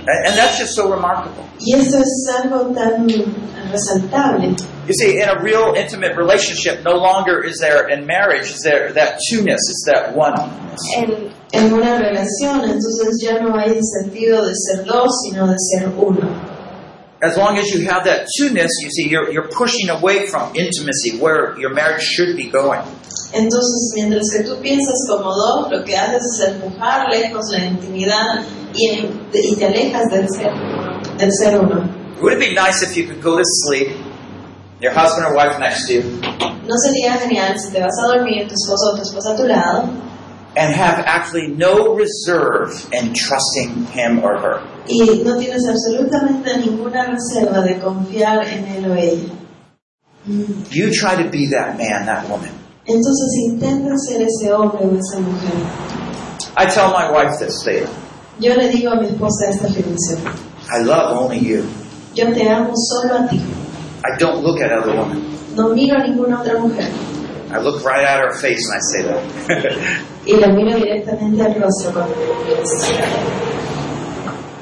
And and that's just so remarkable.
Y esto es algo tan resaltable.
You see, in a real intimate relationship, no longer is there in marriage is there that two-ness, it's that oneness.
El,
En una relación, entonces ya no hay sentido de ser dos, sino de ser uno.
As long as you have that two-ness, you see, you're, you're pushing away from intimacy, where your marriage should be going.
Entonces, mientras que tú piensas como dos, lo que haces es empujar lejos la intimidad y, y te alejas del ser, del ser uno.
Would it be nice if you could go to sleep, your husband or wife next to you,
¿No sería genial si te vas a dormir, tu esposo o tu esposa a tu lado,
and have actually no reserve in trusting him or her?
y no tienes absolutamente ninguna reserva de confiar en él o ella? Mm.
You try to be that man, that woman.
Entonces intenta ser ese hombre o esa mujer.
I tell my wife this later.
Yo le digo a mi esposa esta afirmación.
I love only you.
Yo te amo solo a ti.
I don't look at other women.
No miro a ninguna otra mujer.
I look right at her face and I say that.
Y la miro directamente al rostro cuando me miras.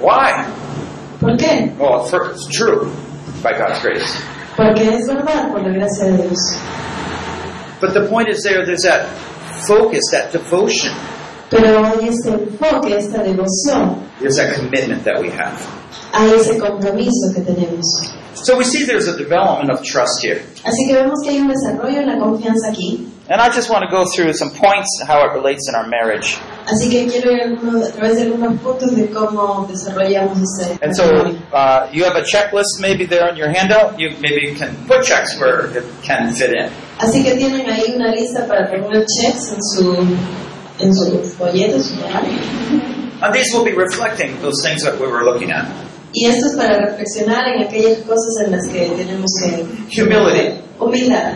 Why?
¿Por qué?
Well, for, it's true by God's grace.
Porque es verdad, por la gracia de Dios.
But the point is there, there's that focus, that devotion,
Pero hay este enfoque, esta devoción,
there's that commitment that we have.
hay ese compromiso que tenemos.
So we see there's a development of trust here.
Así que vemos que hay un desarrollo en la confianza aquí.
And I just want to go through some points how it relates in our marriage.
Así que quiero ir alguno- a través de algunos puntos de cómo desarrollamos este
And so uh, you have a checklist maybe there on your handout. You maybe you can put checks where it can fit in.
Así que tienen ahí una lista para poner checks en su, en su folleto, su manual.
And these will be reflecting those things that we were looking at.
Y esto es para reflexionar en aquellas cosas en las que tenemos que...
Humility.
Humildad.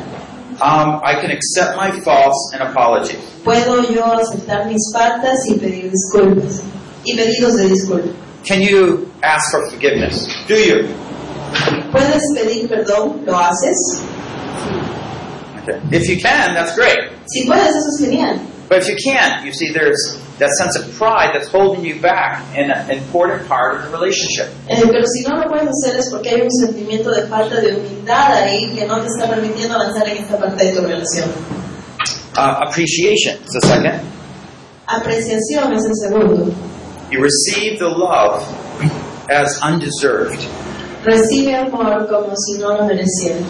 Um, I can accept my faults and apology.
¿Puedo yo aceptar mis faltas y pedir disculpas? Y pedidos de disculpas.
Can you ask for forgiveness? Do you?
¿Puedes pedir perdón? ¿Lo haces?
Okay. If you can, that's great.
Si puedes, eso es genial.
But if you can't, you see, there's that sense of pride that's holding you back in an important part of the relationship.
Eh, pero si no lo puedes hacer es porque hay un sentimiento de falta de humildad ahí que no te está permitiendo avanzar en esta parte de tu relación.
Uh, appreciation is the second.
Apreciación es el segundo.
You receive the love as undeserved.
Recibe amor como si no lo mereciera.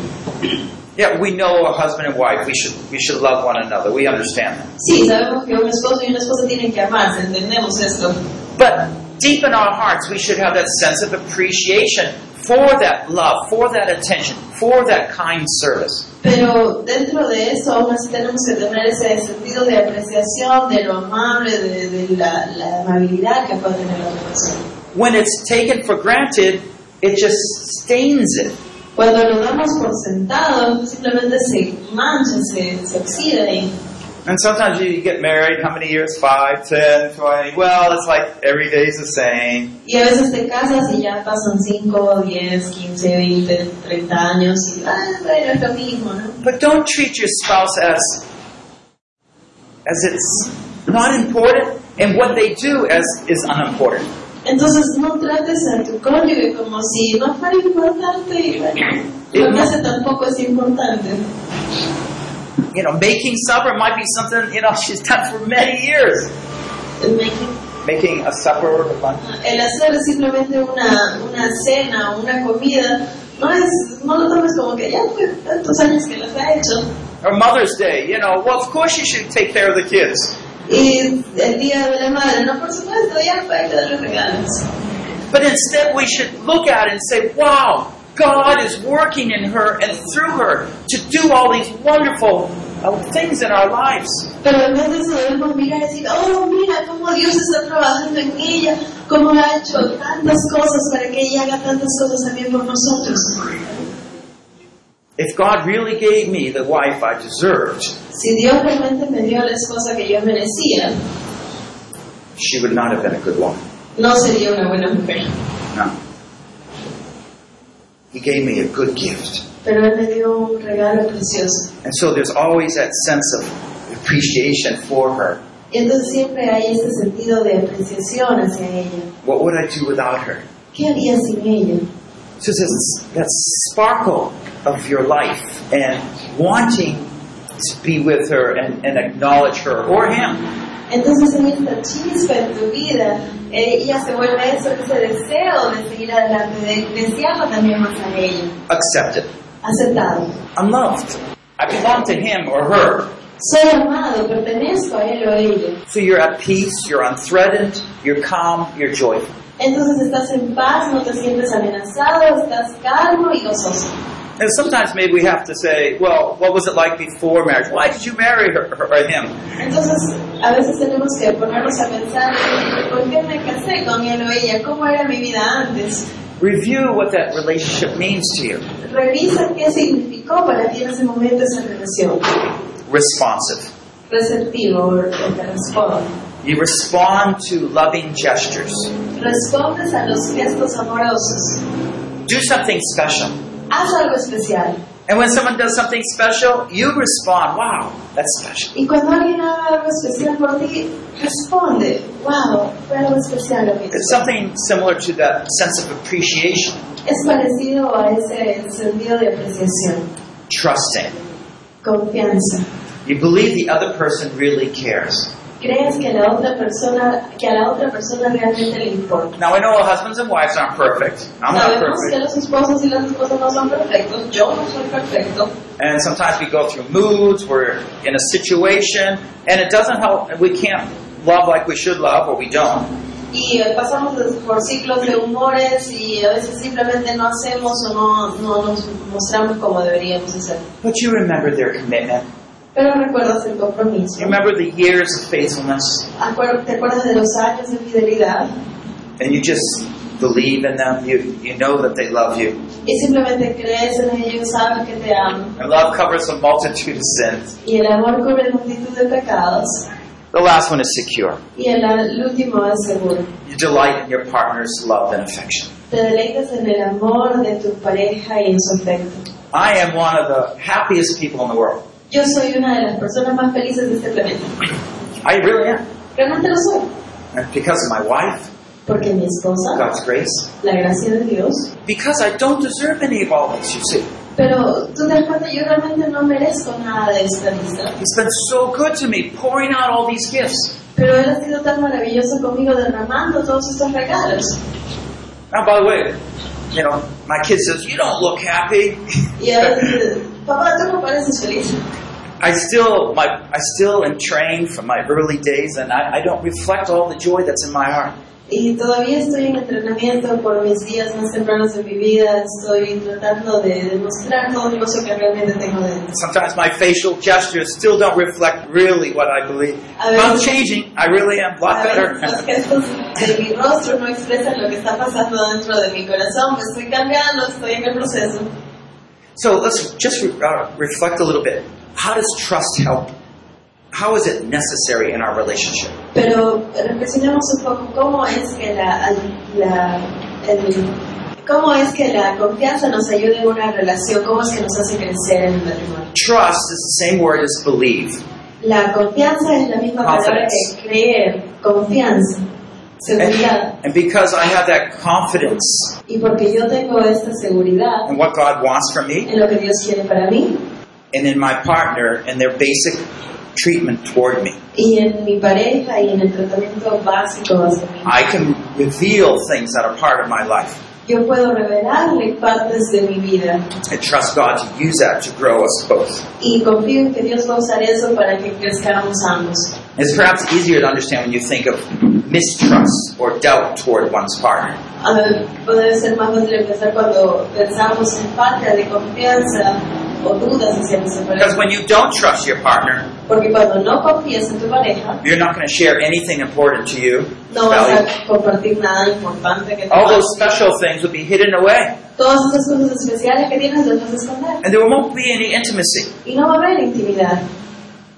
Yeah, we know a husband and wife. We should we should love one another. We understand that.
Sí, sabemos que un esposo y una esposa tienen que amarse, entendemos esto.
But deep in our hearts, we should have that sense of appreciation for that love, for that attention, for that kind service.
Pero dentro de eso aún así tenemos que tener ese sentido de apreciación, de lo amable, de, de la, la amabilidad que puede tener la otra persona.
When it's taken for granted, it just stains it.
Cuando lo damos por sentado, simplemente se mancha, se, se oxida y
And sometimes you get married, how many years? Five, ten, twenty. Well, it's like every day's the same.
Y a veces te casas y ya pasan 5, 10, 15, 20, 30 años y, ah, bueno, es lo mismo, ¿no?
But don't treat your spouse as as it's not important, and what they do as is unimportant.
Entonces no trates a tu cónyuge como si no fuera importante y bueno, lo que hace tampoco es importante.
You know, making supper might be something you know she's done for many years. Making a supper or lunch.
El hacer simplemente una, una cena o una comida no es, no lo tomes como que ya fue tantos años que las ha hecho.
Or Mother's Day, you know. Well, of course you should take care of the kids,
Y el día de la madre, no, por supuesto, ya fue, hay que darle regalos.
but instead we should look at it and say, "Wow, God is working in her and through her to do all these wonderful uh, things in our lives.
Pero en vez de eso debemos mirar y decir, oh, mira cómo Dios está trabajando en ella, cómo ha hecho tantas cosas para que ella haga tantas cosas también por nosotros.
If God really gave me the wife I deserved,
Si Dios realmente me dio la esposa que yo merecía,
she would not have been a good woman.
no sería una buena mujer.
No. He gave me a good gift.
Pero Él me dio un regalo precioso.
And so there's always that sense of appreciation for her.
Y entonces siempre hay este sentido de apreciación hacia ella.
What would I do without her?
¿Qué haría sin ella?
So it's that sparkle of your life and wanting to be with her and, and acknowledge her or him.
Entonces en esta chispa en tu vida, eh, ella se vuelve eso, ese deseo de seguir adelante, de desearla también más a ella.
Accepted.
Aceptado.
I'm loved. I belong to him or her.
Soy amado, pertenezco a él o ella.
So you're at peace, you're unthreatened, you're calm, you're joyful.
Entonces estás en paz, no te sientes amenazado, estás calmo y gozoso.
And sometimes maybe we have to say, well, what was it like before marriage? Why did you marry her her- or him?
Entonces a veces tenemos que ponernos a pensar, ¿por qué me casé con él o ella? ¿Cómo era mi vida antes?
Review what that relationship means to you.
Revisa qué significó para ti en ese momento esa relación.
Responsive.
Receptivo, o te responde.
You respond to loving gestures.
Respondes a los gestos amorosos.
Do something special.
Haz algo especial.
And when someone does something special, you respond, wow, that's special.
Y cuando alguien haga algo especial por ti, responde, wow, fue algo especial lo que hizo".
It's something similar to that sense of appreciation,
Es parecido a ese sentido de apreciación,
trusting.
confianza.
You believe the other person really cares.
Crees que la otra persona, que a la otra persona realmente le importa.
Now, I know husbands and wives aren't perfect. I'm not
Sabemos que
perfect.
los esposos y las esposas no son perfectos, yo no soy perfecto.
And sometimes we go through moods, we're in a situation, and it doesn't help, and we can't love like we should love, or we don't.
Y eh, pasamos por ciclos de humores y a veces simplemente no hacemos o no, no nos mostramos como deberíamos hacer.
But you remember their commitment.
Pero recuerdas el compromiso.
You remember the years of faithfulness,
Acuer- ¿Te acuerdas de los años de fidelidad?
and you just believe in them. You, you know that they love you.
Y simplemente crees en ellos, sabes que te aman.
And love covers a multitude of sins.
Y el amor cubre multitud de pecados.
The last one is secure.
Y el, el último es seguro.
You delight in your partner's love and affection.
Te deleitas en el amor de tu pareja y en su afecto.
I am one of the happiest people in the world.
Yo soy una de las personas más felices de este planeta.
I really am.
Realmente lo soy.
And because of my wife,
Porque mi esposa,
God's grace,
la gracia de Dios,
because I don't deserve any of all this, you see.
Pero tú te das cuenta, yo realmente no merezco nada de esta lista.
He's been so good to me, pouring out all these gifts.
Pero él ha sido tan maravilloso conmigo derramando todos estos regalos.
Now, by the way, you know, my kid says, You don't look happy.
Y a veces, papá, tú no pareces feliz.
I still, my, I still am trained from my early days, and I, I don't reflect all the joy that's in my heart.
Y todavía estoy en entrenamiento por mis días más tempranos de mi vida. Estoy tratando de demostrar todo el gozo que realmente tengo dentro.
Sometimes my facial gestures still don't reflect really what I believe.
I mean-
But I'm changing. I really am a lot
A veces
better.
los gestos de mi rostro no expresan lo que está pasando dentro de mi corazón. Me estoy cambiando, estoy en el proceso.
so let's just re- uh, reflect a little bit. How does trust help? How is it necessary in our relationship?
Pero reflexionemos un poco cómo es que la, la- el- cómo es que la confianza nos ayuda en una relación, cómo es que nos hace crecer en el matrimonio.
Trust is the same word as believe.
La confianza es la misma palabra
Confidence.
que creer, confianza, seguridad.
And, and because I have that confidence
Y porque yo tengo esta seguridad
in what God wants for me
en lo que Dios quiere para mí
and in my partner and their basic treatment toward me,
y en mi pareja y en el tratamiento básico hacia mí,
I can reveal things that are part of my life
yo puedo revelarle partes de mi vida
and trust God to use that to grow us both.
y confío en que Dios va a usar eso para que crezcamos ambos.
It's perhaps easier to understand when you think of mistrust or doubt toward one's partner.
A ver, puede ser más fácil empezar cuando pensamos en falta de confianza o dudas hacia nuestra pareja.
Because when you don't trust your partner,
Porque cuando no confías en tu pareja,
you're not going to share anything important to you.
no vas
value.
a compartir nada importante que te
All those
pasa.
special things will be hidden away,
Todas esas cosas especiales que tienes las vas a esconder.
and there won't be any intimacy.
Y no va a haber intimidad.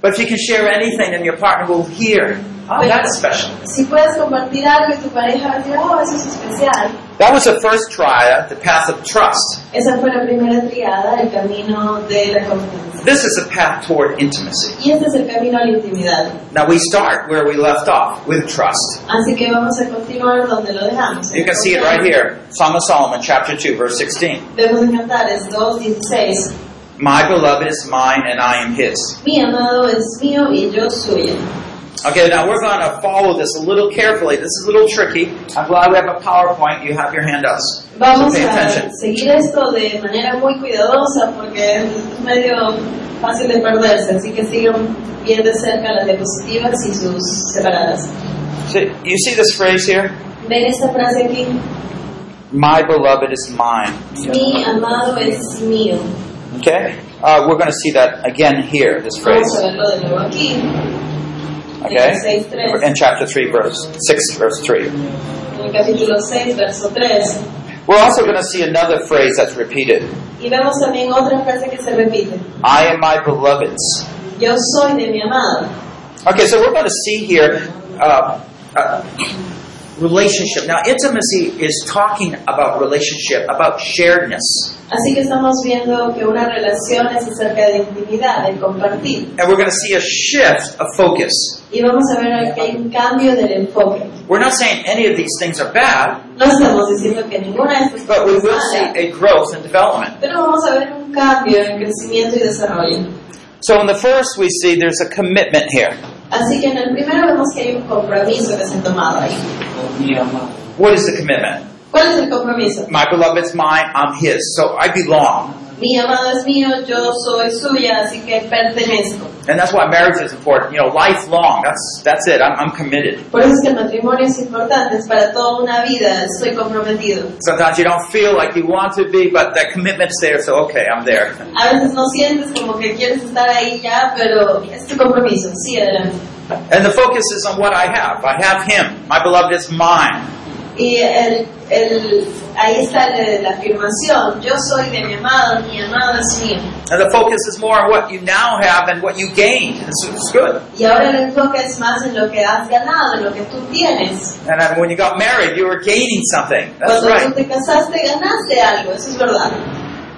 But if you can share anything, then your partner will hear. Oh,
But-
that's special.
Si puedes compartir algo y tu pareja va a decir, oh, eso es especial.
That was the first triad, the path of trust.
Esa fue la primera triada, el camino de la confianza.
This is the path toward intimacy.
Y este es el camino a la intimidad.
Now we start where we left off with trust.
Así que vamos a continuar donde lo dejamos.
You can see it right here, Song of Solomon, chapter two, verse sixteen.
Vemos en Cantares 2.16.
My beloved is mine, and I am his.
Mi amado es mío y yo suyo.
Okay, now we're going to follow this a little carefully. This is a little tricky. I'm glad we have a PowerPoint. You have your handouts. So
Vamos
pay
a
attention.
seguir esto de manera muy cuidadosa porque es medio fácil de perderse, así que sigan bien de cerca las diapositivas y sus separadas.
So you see this phrase here?
Ven esta frase aquí,
My beloved is mine.
mi amado es mío.
Okay? Uh, we're going to see that again here, this
Vamos
phrase.
a verlo de nuevo aquí,
Okay? In chapter 3, verse 6, verse 3.
en el capítulo 6, verso 3.
We're also going to see another phrase that's repeated.
Y vemos también otra frase que se repite,
I am my beloved's.
yo soy de mi amado.
Okay, so we're going to see here uh, uh, relationship. Now, intimacy is talking about relationship, about sharedness.
Así que estamos viendo que una relación es acerca de intimidad, de compartir.
And we're going to see a shift of focus.
Y vamos a ver que hay un cambio del enfoque.
We're not saying any of these things are bad,
No estamos diciendo que ninguna de estas
but we
cosas
will
es
see
mala,
a growth and development.
pero vamos a ver un cambio en crecimiento y desarrollo.
So in the first, we see there's a commitment here.
Así que en el primero vemos que hay un compromiso que se ha tomado ahí.
What is the commitment?
¿Cuál es el compromiso?
My beloved's mine, I'm his, so I belong.
Mi amado es mío, yo soy suya, así que pertenezco.
And that's why marriage is important. You know, lifelong, that's, that's it, I'm, I'm committed.
Por eso es que el matrimonio es importante, es para toda una vida, estoy comprometido.
Sometimes you don't feel like you want to be, but that commitment's there, so okay, I'm there.
A veces no sientes como que quieres estar ahí ya, pero es tu compromiso, sí, adelante.
And the focus is on what I have. I have him. My beloved is mine.
Y el, el, ahí está la, la afirmación, yo soy de mi amado, mi amado es mío.
And the focus is more on what you now have and what you gained. It's, it's good.
Y ahora el enfoque es más en lo que has ganado, en lo que tú tienes.
And then when you got married, you were gaining something. That's
Cuando tú
right.
te casaste ganaste algo, eso es verdad.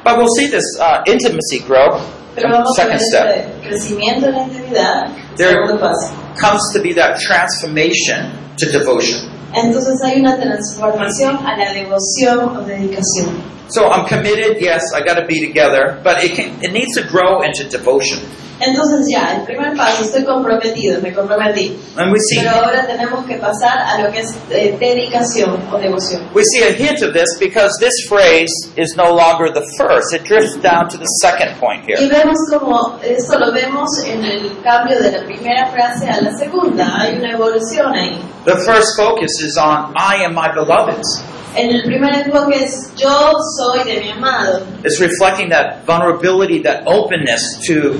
But we'll see this uh, intimacy grow.
Pero vamos a ver
Second step
este crecimiento en la intimidad,
There-
segundo paso.
comes to be that transformation to devotion.
Entonces hay una transformación a la devoción o dedicación.
So I'm committed. Yes, I got to be together, but it can, it needs to grow into devotion.
Entonces ya, el primer paso, estoy comprometido, me comprometí.
And we see
Pero ahora tenemos que pasar a lo que es eh, dedicación o devoción.
we see a hint of this because this phrase is no longer the first. It drifts down to the second point
Y
here.
vemos como, esto lo vemos en el cambio de la primera frase a la segunda, hay una evolución ahí.
The first focus is on I am my beloved's.
En el primer enfoque es yo soy de mi amado.
It's reflecting that vulnerability, that openness to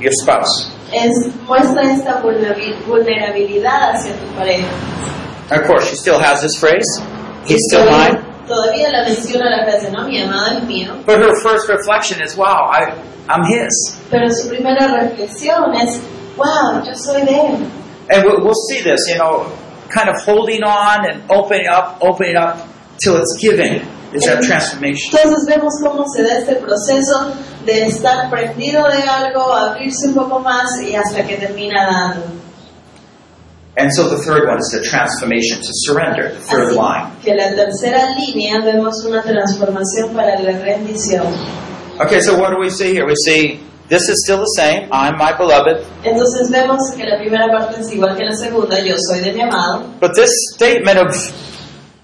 your spouse.
Es, muestra esta vulnerabil- vulnerabilidad hacia tu pareja.
And of course, she still has this phrase. He's still mine.
todavía, todavía la menciona la frase, no, mi amado es mío.
But her first reflection is, wow, I, I'm his.
Pero su primera reflexión es, wow, yo soy de él.
And we'll, we'll see this, you know, kind of holding on and opening up, opening up till it's giving is that transformation.
Entonces vemos cómo se da este proceso de estar prendido de algo, abrirse un poco más y hasta que termina dando.
And so the third one is the transformation to surrender, the third
Así
line.
que la tercera línea vemos una transformación para la rendición.
Okay, so what do we see here? We see this is still the same. I'm my beloved.
Entonces vemos que la primera parte es igual que la segunda, yo soy de mi amado,
But this statement of,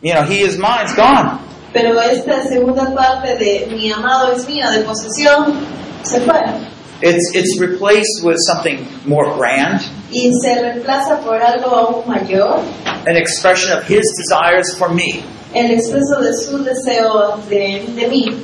you know, he is mine is gone.
pero esta segunda parte de mi amado es mío, de posesión, se fue.
It's, it's replaced with something more grand,
Y se reemplaza por algo aún mayor,
an expression of his desires for me.
el exceso de su deseo de- de mí.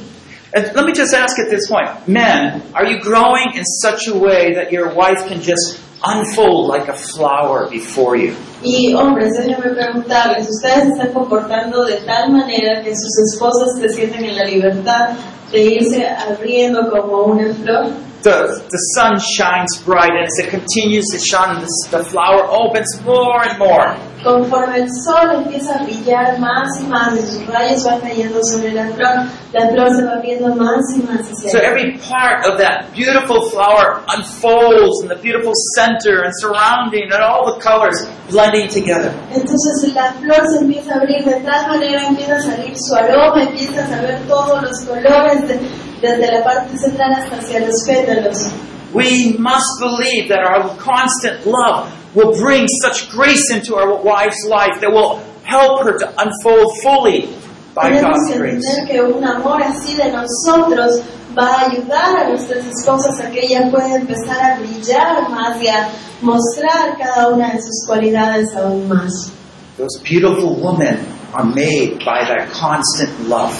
And let me just ask at this point men, are you growing in such a way that your wife can just unfold like a flower before you?
Y hombres, déjenme preguntarles, ¿ustedes están comportando de tal manera que sus esposas se sienten en la libertad de irse abriendo como una flor?
The, the sun shines bright, and as it continues to shine, this- the flower opens more and more.
Conforme el sol empieza a brillar más y más y sus rayos van cayendo sobre la flor, la flor se va abriendo más y más
So
hacia arriba.
every part of that beautiful flower unfolds in the beautiful center and surrounding and all the colors blending together.
Entonces la flor se empieza a abrir de tal manera, empieza a salir su aroma, empiezas a ver todos los colores de- desde la parte central hasta hacia los pétalos.
We must believe that our constant love will bring such grace into our wife's life that will help her to unfold fully by
Tenemos
God's
que
grace.
entender que un amor así de nosotros va a ayudar a nuestras esposas a que ellas puedan empezar a brillar más y a mostrar cada una de sus cualidades aún más.
Those beautiful women are made by that constant love.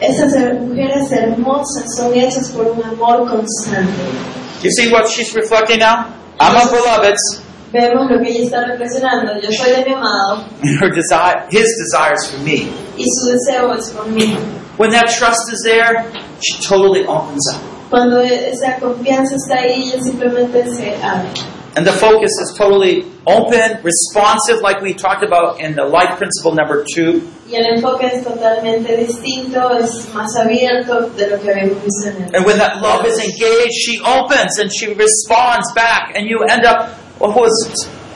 Esas her- mujeres hermosas son hechas por un amor constante.
You see what she's reflecting now? I'm a beloved's,
Vemos lo que ella está reflexionando. Yo soy de mi amado
and her desire, his desires for me.
y su deseo es por mí.
When that trust is there, she totally opens up.
Cuando e- esa confianza está ahí, ella simplemente se abre.
And the focus is totally open, responsive, like we talked about in the life principle number two.
Y el enfoque es totalmente distinto, es más abierto de lo que habíamos visto en el
And when that love is engaged, she opens and she responds back, and you end up with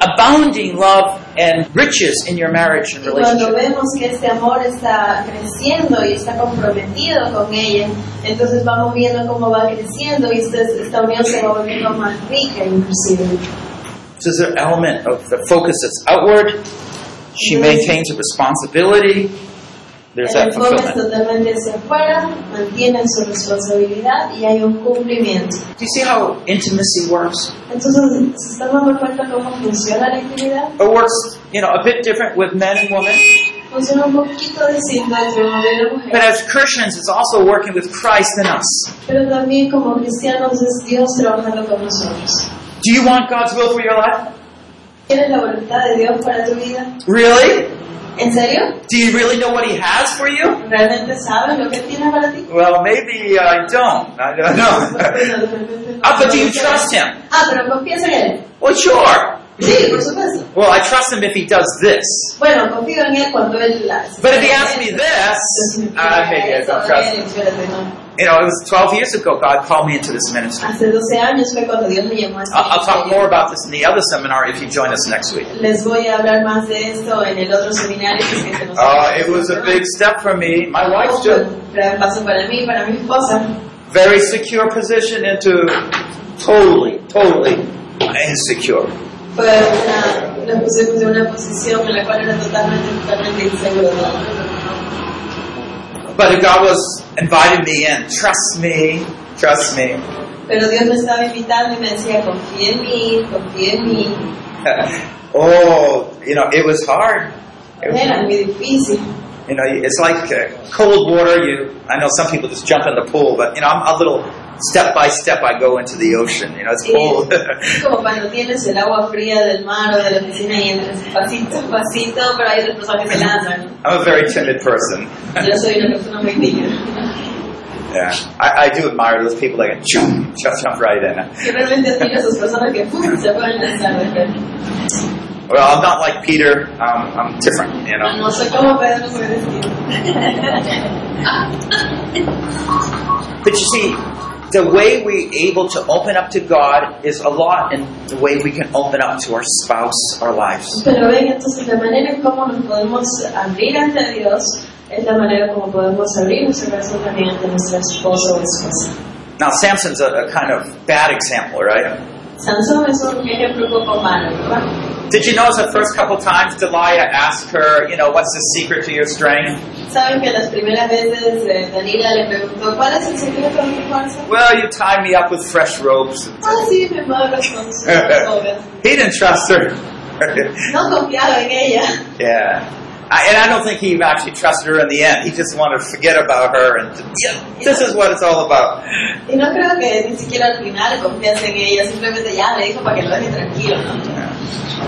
abounding love and riches in your marriage and
Y cuando
relationship.
vemos que este amor está creciendo y está comprometido con ella, entonces vamos viendo cómo va creciendo y esta, esta unión se va volviendo más rica inclusive.
This is an element of the focus that's outward. She maintains a responsibility. There's
El
that
enfoque es
fulfillment.
totalmente hacia afuera, mantienen su responsabilidad y hay un cumplimiento.
Do you see how intimacy works?
Entonces, ¿se están dando cuenta cómo funciona la actividad?
It works, you know, a bit different with men and women.
Funciona un poquito distinto entre un hombre y una
But
mujer,
as Christians, it's also working with Christ in us.
pero también como cristianos es Dios trabajando con nosotros.
Do you want God's will for your life?
¿Tienes la voluntad de Dios para tu vida?
Really?
¿En serio?
Do you really know what He has for you?
¿Realmente sabes lo que tiene para ti?
Well, maybe I don't. I don't know. Ah, but do you trust him?
Ah, pero confías en él.
well, sure.
Sí, por supuesto.
Well, I trust him if he does this.
Bueno, confío en él cuando él la.
But if he asks me this, ah, I maybe I don't trust him.
Espérate, no.
You know, it was 12 years ago God called me into this ministry.
Hace 12 años fue cuando Dios me llamó a este
I'll, I'll talk
ministerio.
more about this in the other seminar if you join us next week.
Les voy a hablar más de esto en el otro seminario que se nos
Uh, it was a big step for me. My wife
Fue
took
un gran paso para mí, para mi esposa.
very secure position into totally, totally insecure.
Fue una, nos pusimos en una posición en la cual era totalmente, totalmente inseguro.
But God was inviting me in. Trust me. Trust me.
Pero Dios me estaba invitando y me decía, confía en mí, confía en mí.
oh, you know, it was hard. It was-
Era muy difícil.
you know, it's like uh, cold water. You, I know some people just jump in the pool, but you know, I'm a little step by step. I go into the ocean. You know, it's
Sí,
cold.
es como cuando tienes el agua fría del mar o de la piscina y entras pasito a pasito, pero hay otras personas que se lanzan.
I'm a very timid person.
Yo soy una persona muy tímida.
yeah, I, I do admire those people that can jump, jump, jump right in.
Yo realmente admiro a esas personas que ¡pum! se pueden lanzar de frente.
Well, I'm not like Peter. Um, I'm different. You know.
No sé cómo Pedro se vestido.
But you see, the way we're able to open up to God is a lot in the way we can open up to our spouse, our lives.
Pero ven, entonces la manera en cómo nos podemos abrir ante Dios es la manera como podemos abrir nuestro corazón también ante nuestro esposo o esposa.
Now, Samson's a, a kind of bad example, right?
Sansón es un ejemplo un poco malo, ¿verdad?
Did you notice the first couple times Delilah asked her, you know, what's the secret to your strength?
Saben que las primeras veces eh, Dalila le preguntó, ¿cuál es el secreto de mi fuerza?
Well, you tie me up with fresh ropes.
Ah, sí, me mueves con sus obras.
he didn't trust her.
No confiaba en ella.
yeah. I, and I don't think he even actually trusted her in the end. He just wanted to forget about her, and to- this is what it's all about.
Y no creo que ni siquiera al final confíase en ella, simplemente ya le dijo para que lo deje tranquilo, ¿no?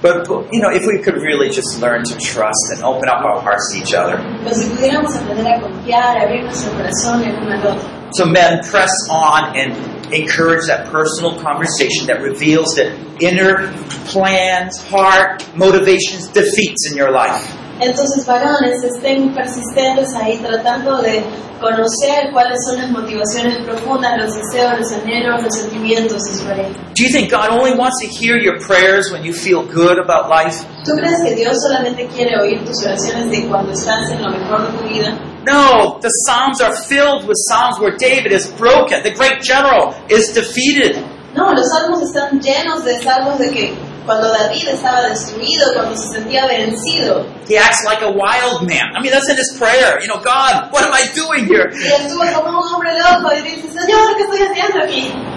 But, but, you know, if we could really just learn to trust and open up our hearts to each other.
Pero si pudiéramos aprender a confiar, abrir nuestro corazón el uno al otro.
So, men, press on and encourage that personal conversation that reveals the inner plans, heart, motivations, defeats in your life.
Entonces, varones, estén persistentes ahí tratando de conocer cuáles son las motivaciones profundas, los deseos, los anhelos, los sentimientos de su pareja.
Do you think God only wants to hear your prayers when you feel good about life?
¿Tú crees que Dios solamente quiere oír tus oraciones de cuando estás en lo mejor de tu vida?
No, the Psalms are filled with Psalms where David is broken, the great general is defeated.
No, los salmos están llenos de salmos de que cuando David estaba destruido, cuando se sentía vencido,
He acts like a wild man. I mean, that's in his prayer. You know, God, what am I doing here?
y estuvo como un hombre loco y dice, Señor, ¿qué estoy haciendo aquí?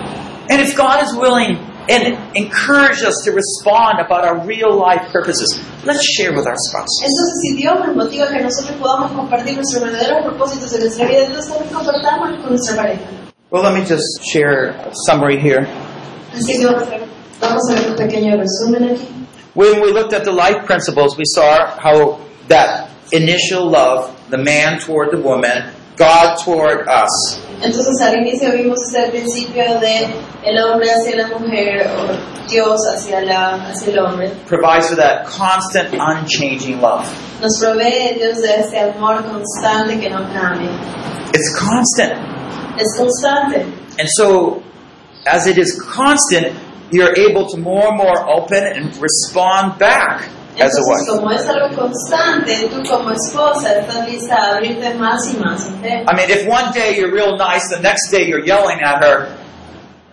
And if God is willing and encourage us to respond about our real life purposes, let's share with our spouse.
Entonces, si Dios nos motiva que nosotros podamos compartir nuestros verdaderos propósitos de nuestra vida, entonces también compartámoslos con nuestra pareja.
Well, let me just share a summary here.
Así que vamos a ver- vamos a ver un pequeño resumen aquí.
When we looked at the life principles, we saw how that initial love, the man toward the woman, God toward us,
Entonces, al inicio vimos el principio de el hombre hacia la mujer o Dios hacia, la, hacia el hombre.
provides for that constant, unchanging love.
Nos provee Dios de ese amor constante que no cambia.
It's constant.
Es constante.
And so, as it is constant, you're able to more and more open and respond back as a
Entonces,
wife.
como es algo constante, tú como esposa estás lista a abrirte más y más. ¿ok?
I mean, if one day you're real nice, the next day you're yelling at her,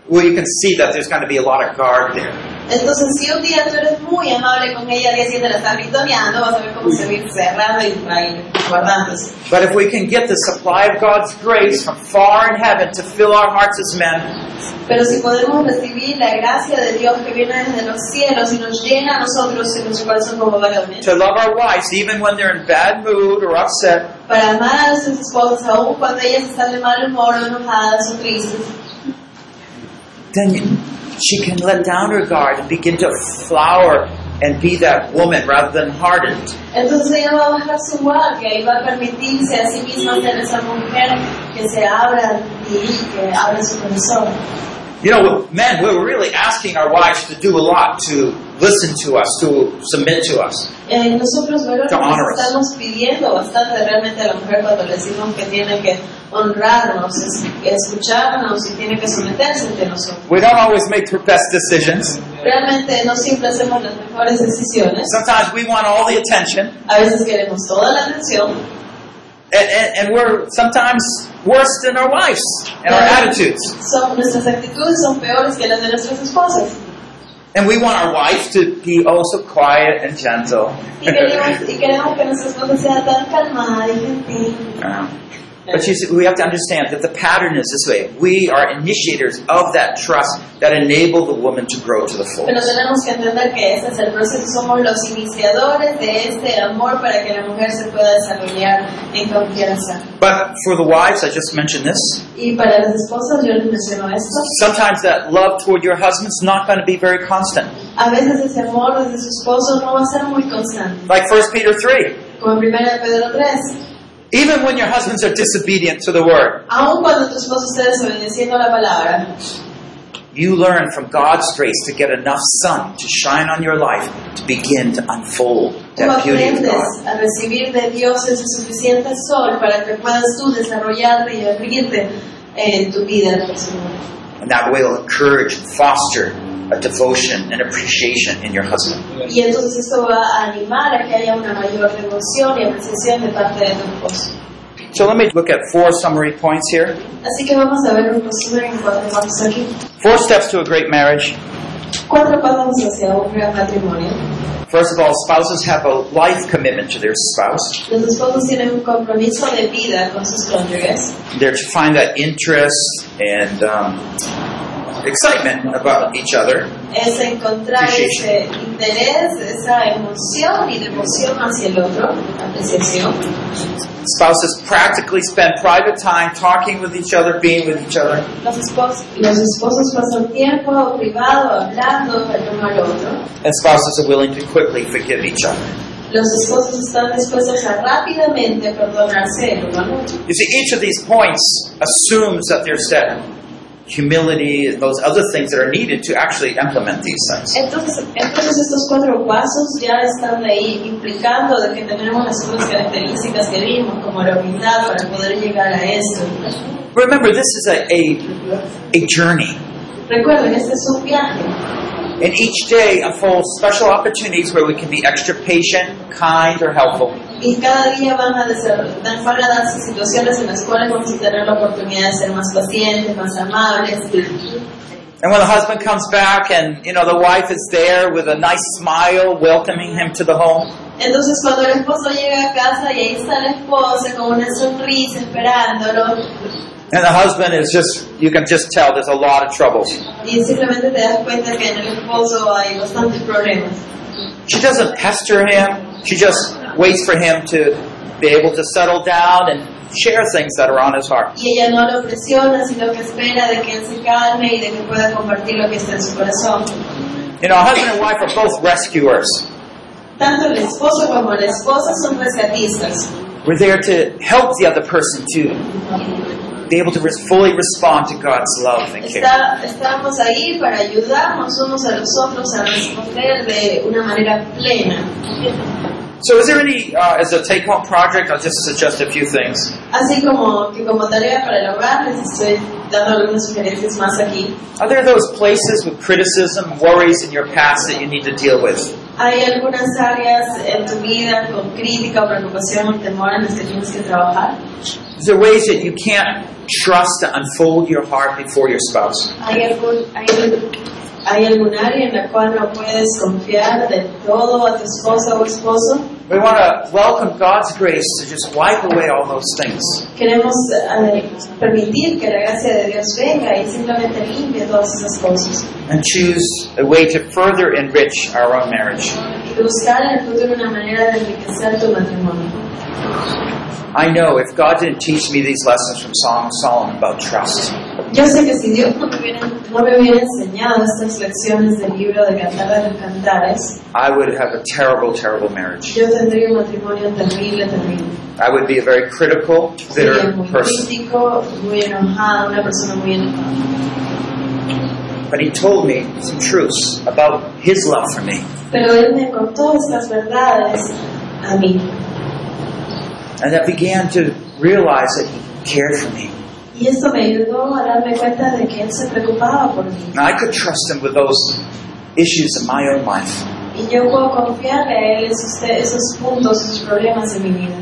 well, you can see that there's going to be a lot of guard there.
Entonces, si un día tú eres muy amable con ella, al día siguiente la estás gritoneando, vas a ver cómo se va a ir cerrando y va a ir guardándose.
But if we can get the supply of God's grace from far in heaven to fill our hearts as men,
Pero si podemos recibir la gracia de Dios que viene desde los cielos y nos llena a nosotros en nuestro corazón como varones,
to love our wives even when they're in bad mood or upset,
para amar a sus esposas, aun cuando ellas están de mal humor, o enojadas o tristes,
then she can let down her guard and begin to flower and be that woman rather than hardened.
entonces ella va a bajar su guardia y va a permitirse a sí misma ser esa mujer que se abra y que abra su corazón.
You know, men, we're really asking our wives to do a lot to listen to us, to submit to us.
Eh, nosotros varones
To honor us.
estamos pidiendo bastante realmente a la mujer cuando le decimos que tiene que honrarnos, es- escucharnos y tiene que someterse ante nosotros.
We don't always make the best decisions.
Realmente no siempre hacemos las mejores decisiones,
Sometimes we want all the attention,
a veces queremos toda la atención
and, and, and we're sometimes worse than our wives and our attitudes.
son, nuestras actitudes son peores que las de nuestras esposas.
And we want our wives to be also quiet and gentle.
Y queremos, y queremos que nuestra esposa sea tan calmada y gentil.
Um, But you see, we have to understand that the pattern is this way. We are initiators of that trust that enable the woman to grow to the full.
Pero tenemos que entender que ese es el proceso, somos los iniciadores de este amor para que la mujer se pueda desarrollar en confianza.
But for the wives, I just mentioned this.
Y para las esposas yo les menciono esto.
Sometimes that love toward your husband's not going to be very constant.
A veces ese amor desde su esposo no va a ser muy constante.
Like 1 Peter 3.
Como en 1 Pedro 3.
Even when your husbands are disobedient to the word,
Aun cuando tu esposo esté desobedeciendo la palabra,
you learn from God's grace to get enough sun to shine on your life to begin to unfold
tú
that beauty of God.
aprendes a recibir de Dios ese suficiente sol para que puedas tú desarrollarte y abrirte en tu vida en el Señor.
And that will encourage and foster a devotion and appreciation in your husband.
Y entonces esto va a animar a que haya una mayor devoción y apreciación de parte de tu esposo.
So let me look at four summary points here.
Así que vamos a ver un resumen en cuatro pasos aquí.
Four steps to a great marriage.
Cuatro pasos hacia un gran matrimonio.
First of all, spouses have a life commitment to their spouse.
Los esposos tienen un compromiso de vida con sus cónyuges.
They're to find that interest and um, excitement about each other,
es encontrar ese interés, esa emoción y devoción hacia el otro, apreciación.
spouses practically spend private time talking with each other, being with each other.
Los esposos, los esposos pasan tiempo privado hablando el uno al otro.
and spouses are willing to quickly forgive each other.
Los esposos están dispuestos a rápidamente perdonarse el uno al otro.
You see, each of these points assumes that there's that humility and those other things that are needed to actually implement these things.
Entonces, entonces estos cuatro pasos ya están ahí implicando de que tenemos las otras características que vimos, como la humildad para poder llegar a esto.
Remember, this is a, a, a journey,
Recuerden, este es un viaje.
and each day unfolds special opportunities where we can be extra patient, kind, or helpful.
Y cada día van a, desarrollar, van a darse situaciones en las cuales vamos a tener la oportunidad de ser más pacientes, más amables.
And when the husband comes back, and you know the wife is there with a nice smile, welcoming him to the home.
Entonces cuando el esposo llega a casa y ahí está la esposa con una sonrisa esperándolo
And the husband is just—you can just tell there's a lot of trouble.
y simplemente te das cuenta que en el esposo hay bastantes problemas.
She doesn't pester him. She just waits for him to be able to settle down and share things that are on his heart.
Y ella no lo presiona, sino que espera de que él se calme y de que pueda compartir lo que está en su corazón.
You know, a husband and wife are both rescuers.
Tanto el esposo como la esposa son rescatistas.
We're there to help the other person to be able to res- fully respond to God's love and care.
Está- estamos ahí para ayudarnos unos a los otros a responder de una manera plena.
So, is there any, uh, as a take home project, I'll just suggest a few things.
Así como que como tarea para el hogar les estoy dando algunas sugerencias más aquí.
Are there those places with criticism, worries in your past that you need to deal with?
Hay algunas áreas en tu vida con crítica o preocupación o temor en las que tienes que trabajar.
Is there ways that you can't trust to unfold your heart before your spouse?
Hay algún hay, hay algún área en la cual no puedes confiar del todo a tu esposa o esposo.
We want to welcome God's grace to just wipe away all those things.
Queremos eh, permitir que la gracia de Dios venga y simplemente limpie todas esas cosas.
and choose a way to further enrich our own marriage.
y buscar en el futuro una manera de enriquecer tu matrimonio.
I know if God didn't teach me these lessons from Song of Solomon about trust,
Yo sé que si Dios no me hubiera, no me hubiera enseñado estas lecciones del libro de Cantar de los Cantares,
I would have a terrible, terrible marriage.
yo tendría un matrimonio terrible, terrible.
I would be a very critical,
Sería
bitter
muy
person.
crítico, muy enojado, una persona muy enojada.
But he told me some truths about his love for me.
Pero Él me contó estas verdades a mí.
And I began to realize that he cared for me.
Y esto me ayudó a darme cuenta de que Él se preocupaba por mí.
And I could trust him with those issues in my own life.
Y yo puedo confiarle a Él esos, esos puntos, esos problemas en mi vida.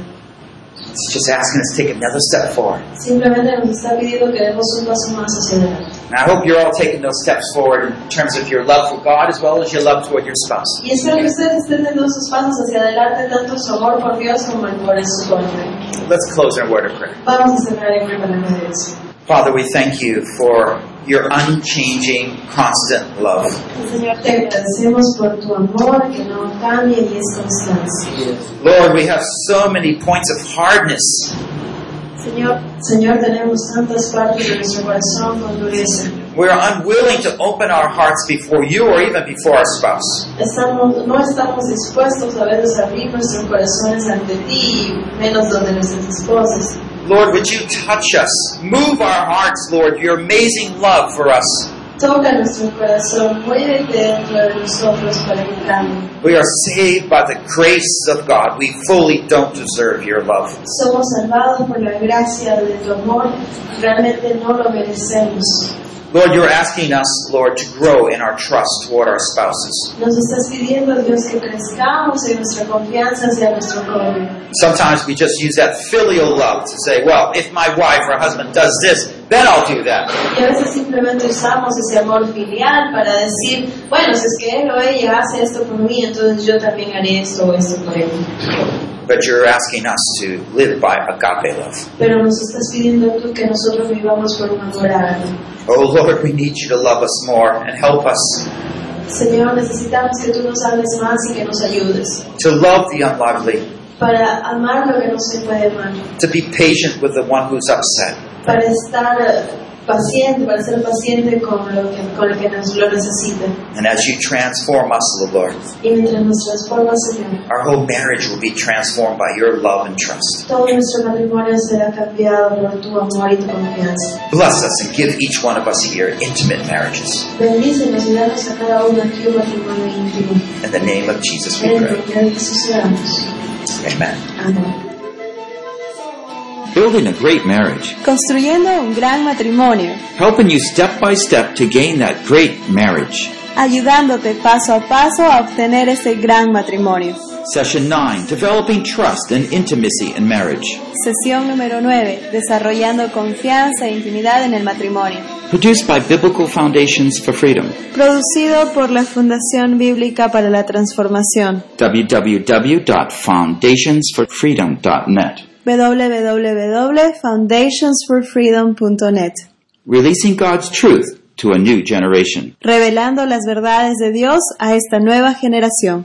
It's just asking us to take another step forward.
Simplemente nos está pidiendo que demos un paso más hacia adelante.
And I hope you're all taking those steps forward in terms of your love for God as well as your love toward your spouse.
Y espero que ustedes estén dando sus pasos hacia adelante, tanto su amor por Dios como el por su cónyuge.
Let's close in a word of prayer.
Vamos a cerrar en una palabra de Dios.
Father, we thank you for your unchanging, constant love.
Señor, te agradecemos por tu amor que no cambia y es constancia.
Lord, we have so many points of hardness.
Señor, Señor, tenemos tantas partes de nuestro corazón con dureza.
We're unwilling to open our hearts before you or even before our spouse.
Estamos, no estamos dispuestos a veces a abrir nuestros corazones ante ti, y menos donde nuestras esposas.
Lord, would you touch us? Move our hearts, Lord, your amazing love for us.
Toca nuestro corazón, muévete dentro de nosotros para que cambie.
We are saved by the grace of God. We fully don't deserve your love.
Somos salvados por la gracia de tu amor, realmente no lo merecemos.
Lord, you're asking us, Lord, to grow in our trust toward our spouses.
Nos estás pidiendo, Dios, que crezcamos en nuestra confianza hacia nuestro cónyuge.
Sometimes we just use that filial love to say, well, if my wife or husband does this, then I'll do that.
Y a veces simplemente usamos ese amor filial para decir, bueno, si es que él o ella hace esto por mí, entonces yo también haré esto o esto por él.
but you're asking us to live by agape love.
Pero nos estás pidiendo tú que nosotros vivamos por un amor ágape.
Oh Lord, we need you to love us more and help us
Señor, necesitamos que tú nos hables más y que nos ayudes
to love the unlovely,
para amar lo que no se puede amar,
to be patient with the one who's upset,
para estar eh, paciente, para ser paciente con lo que, con el que nos lo necesita.
and as you transform us, oh Lord,
Y mientras nos transforma, Señor,
our whole marriage will be transformed by your love and trust.
todo nuestro matrimonio será cambiado por tu amor y tu confianza.
Bless us and give each one of us here intimate marriages.
Bendícenos y danos a cada uno aquí un matrimonio íntimo.
In the name of Jesus,
En
we
el
pray.
nombre de Jesús oramos.
Amen.
Amén.
Building a great marriage,
construyendo un gran matrimonio,
helping you step by step to gain that great marriage.
ayudándote paso a paso a obtener ese gran matrimonio.
Session 9 Developing Trust and Intimacy in Marriage.
Sesión número 9. Desarrollando confianza e intimidad en el matrimonio.
Produced by Biblical Foundations for Freedom.
Producido por la Fundación Bíblica para la Transformación.
www.foundationsforfreedom.net.
www.foundationsforfreedom.net.
Releasing God's truth to a new generation.
Revelando las verdades de Dios a esta nueva generación.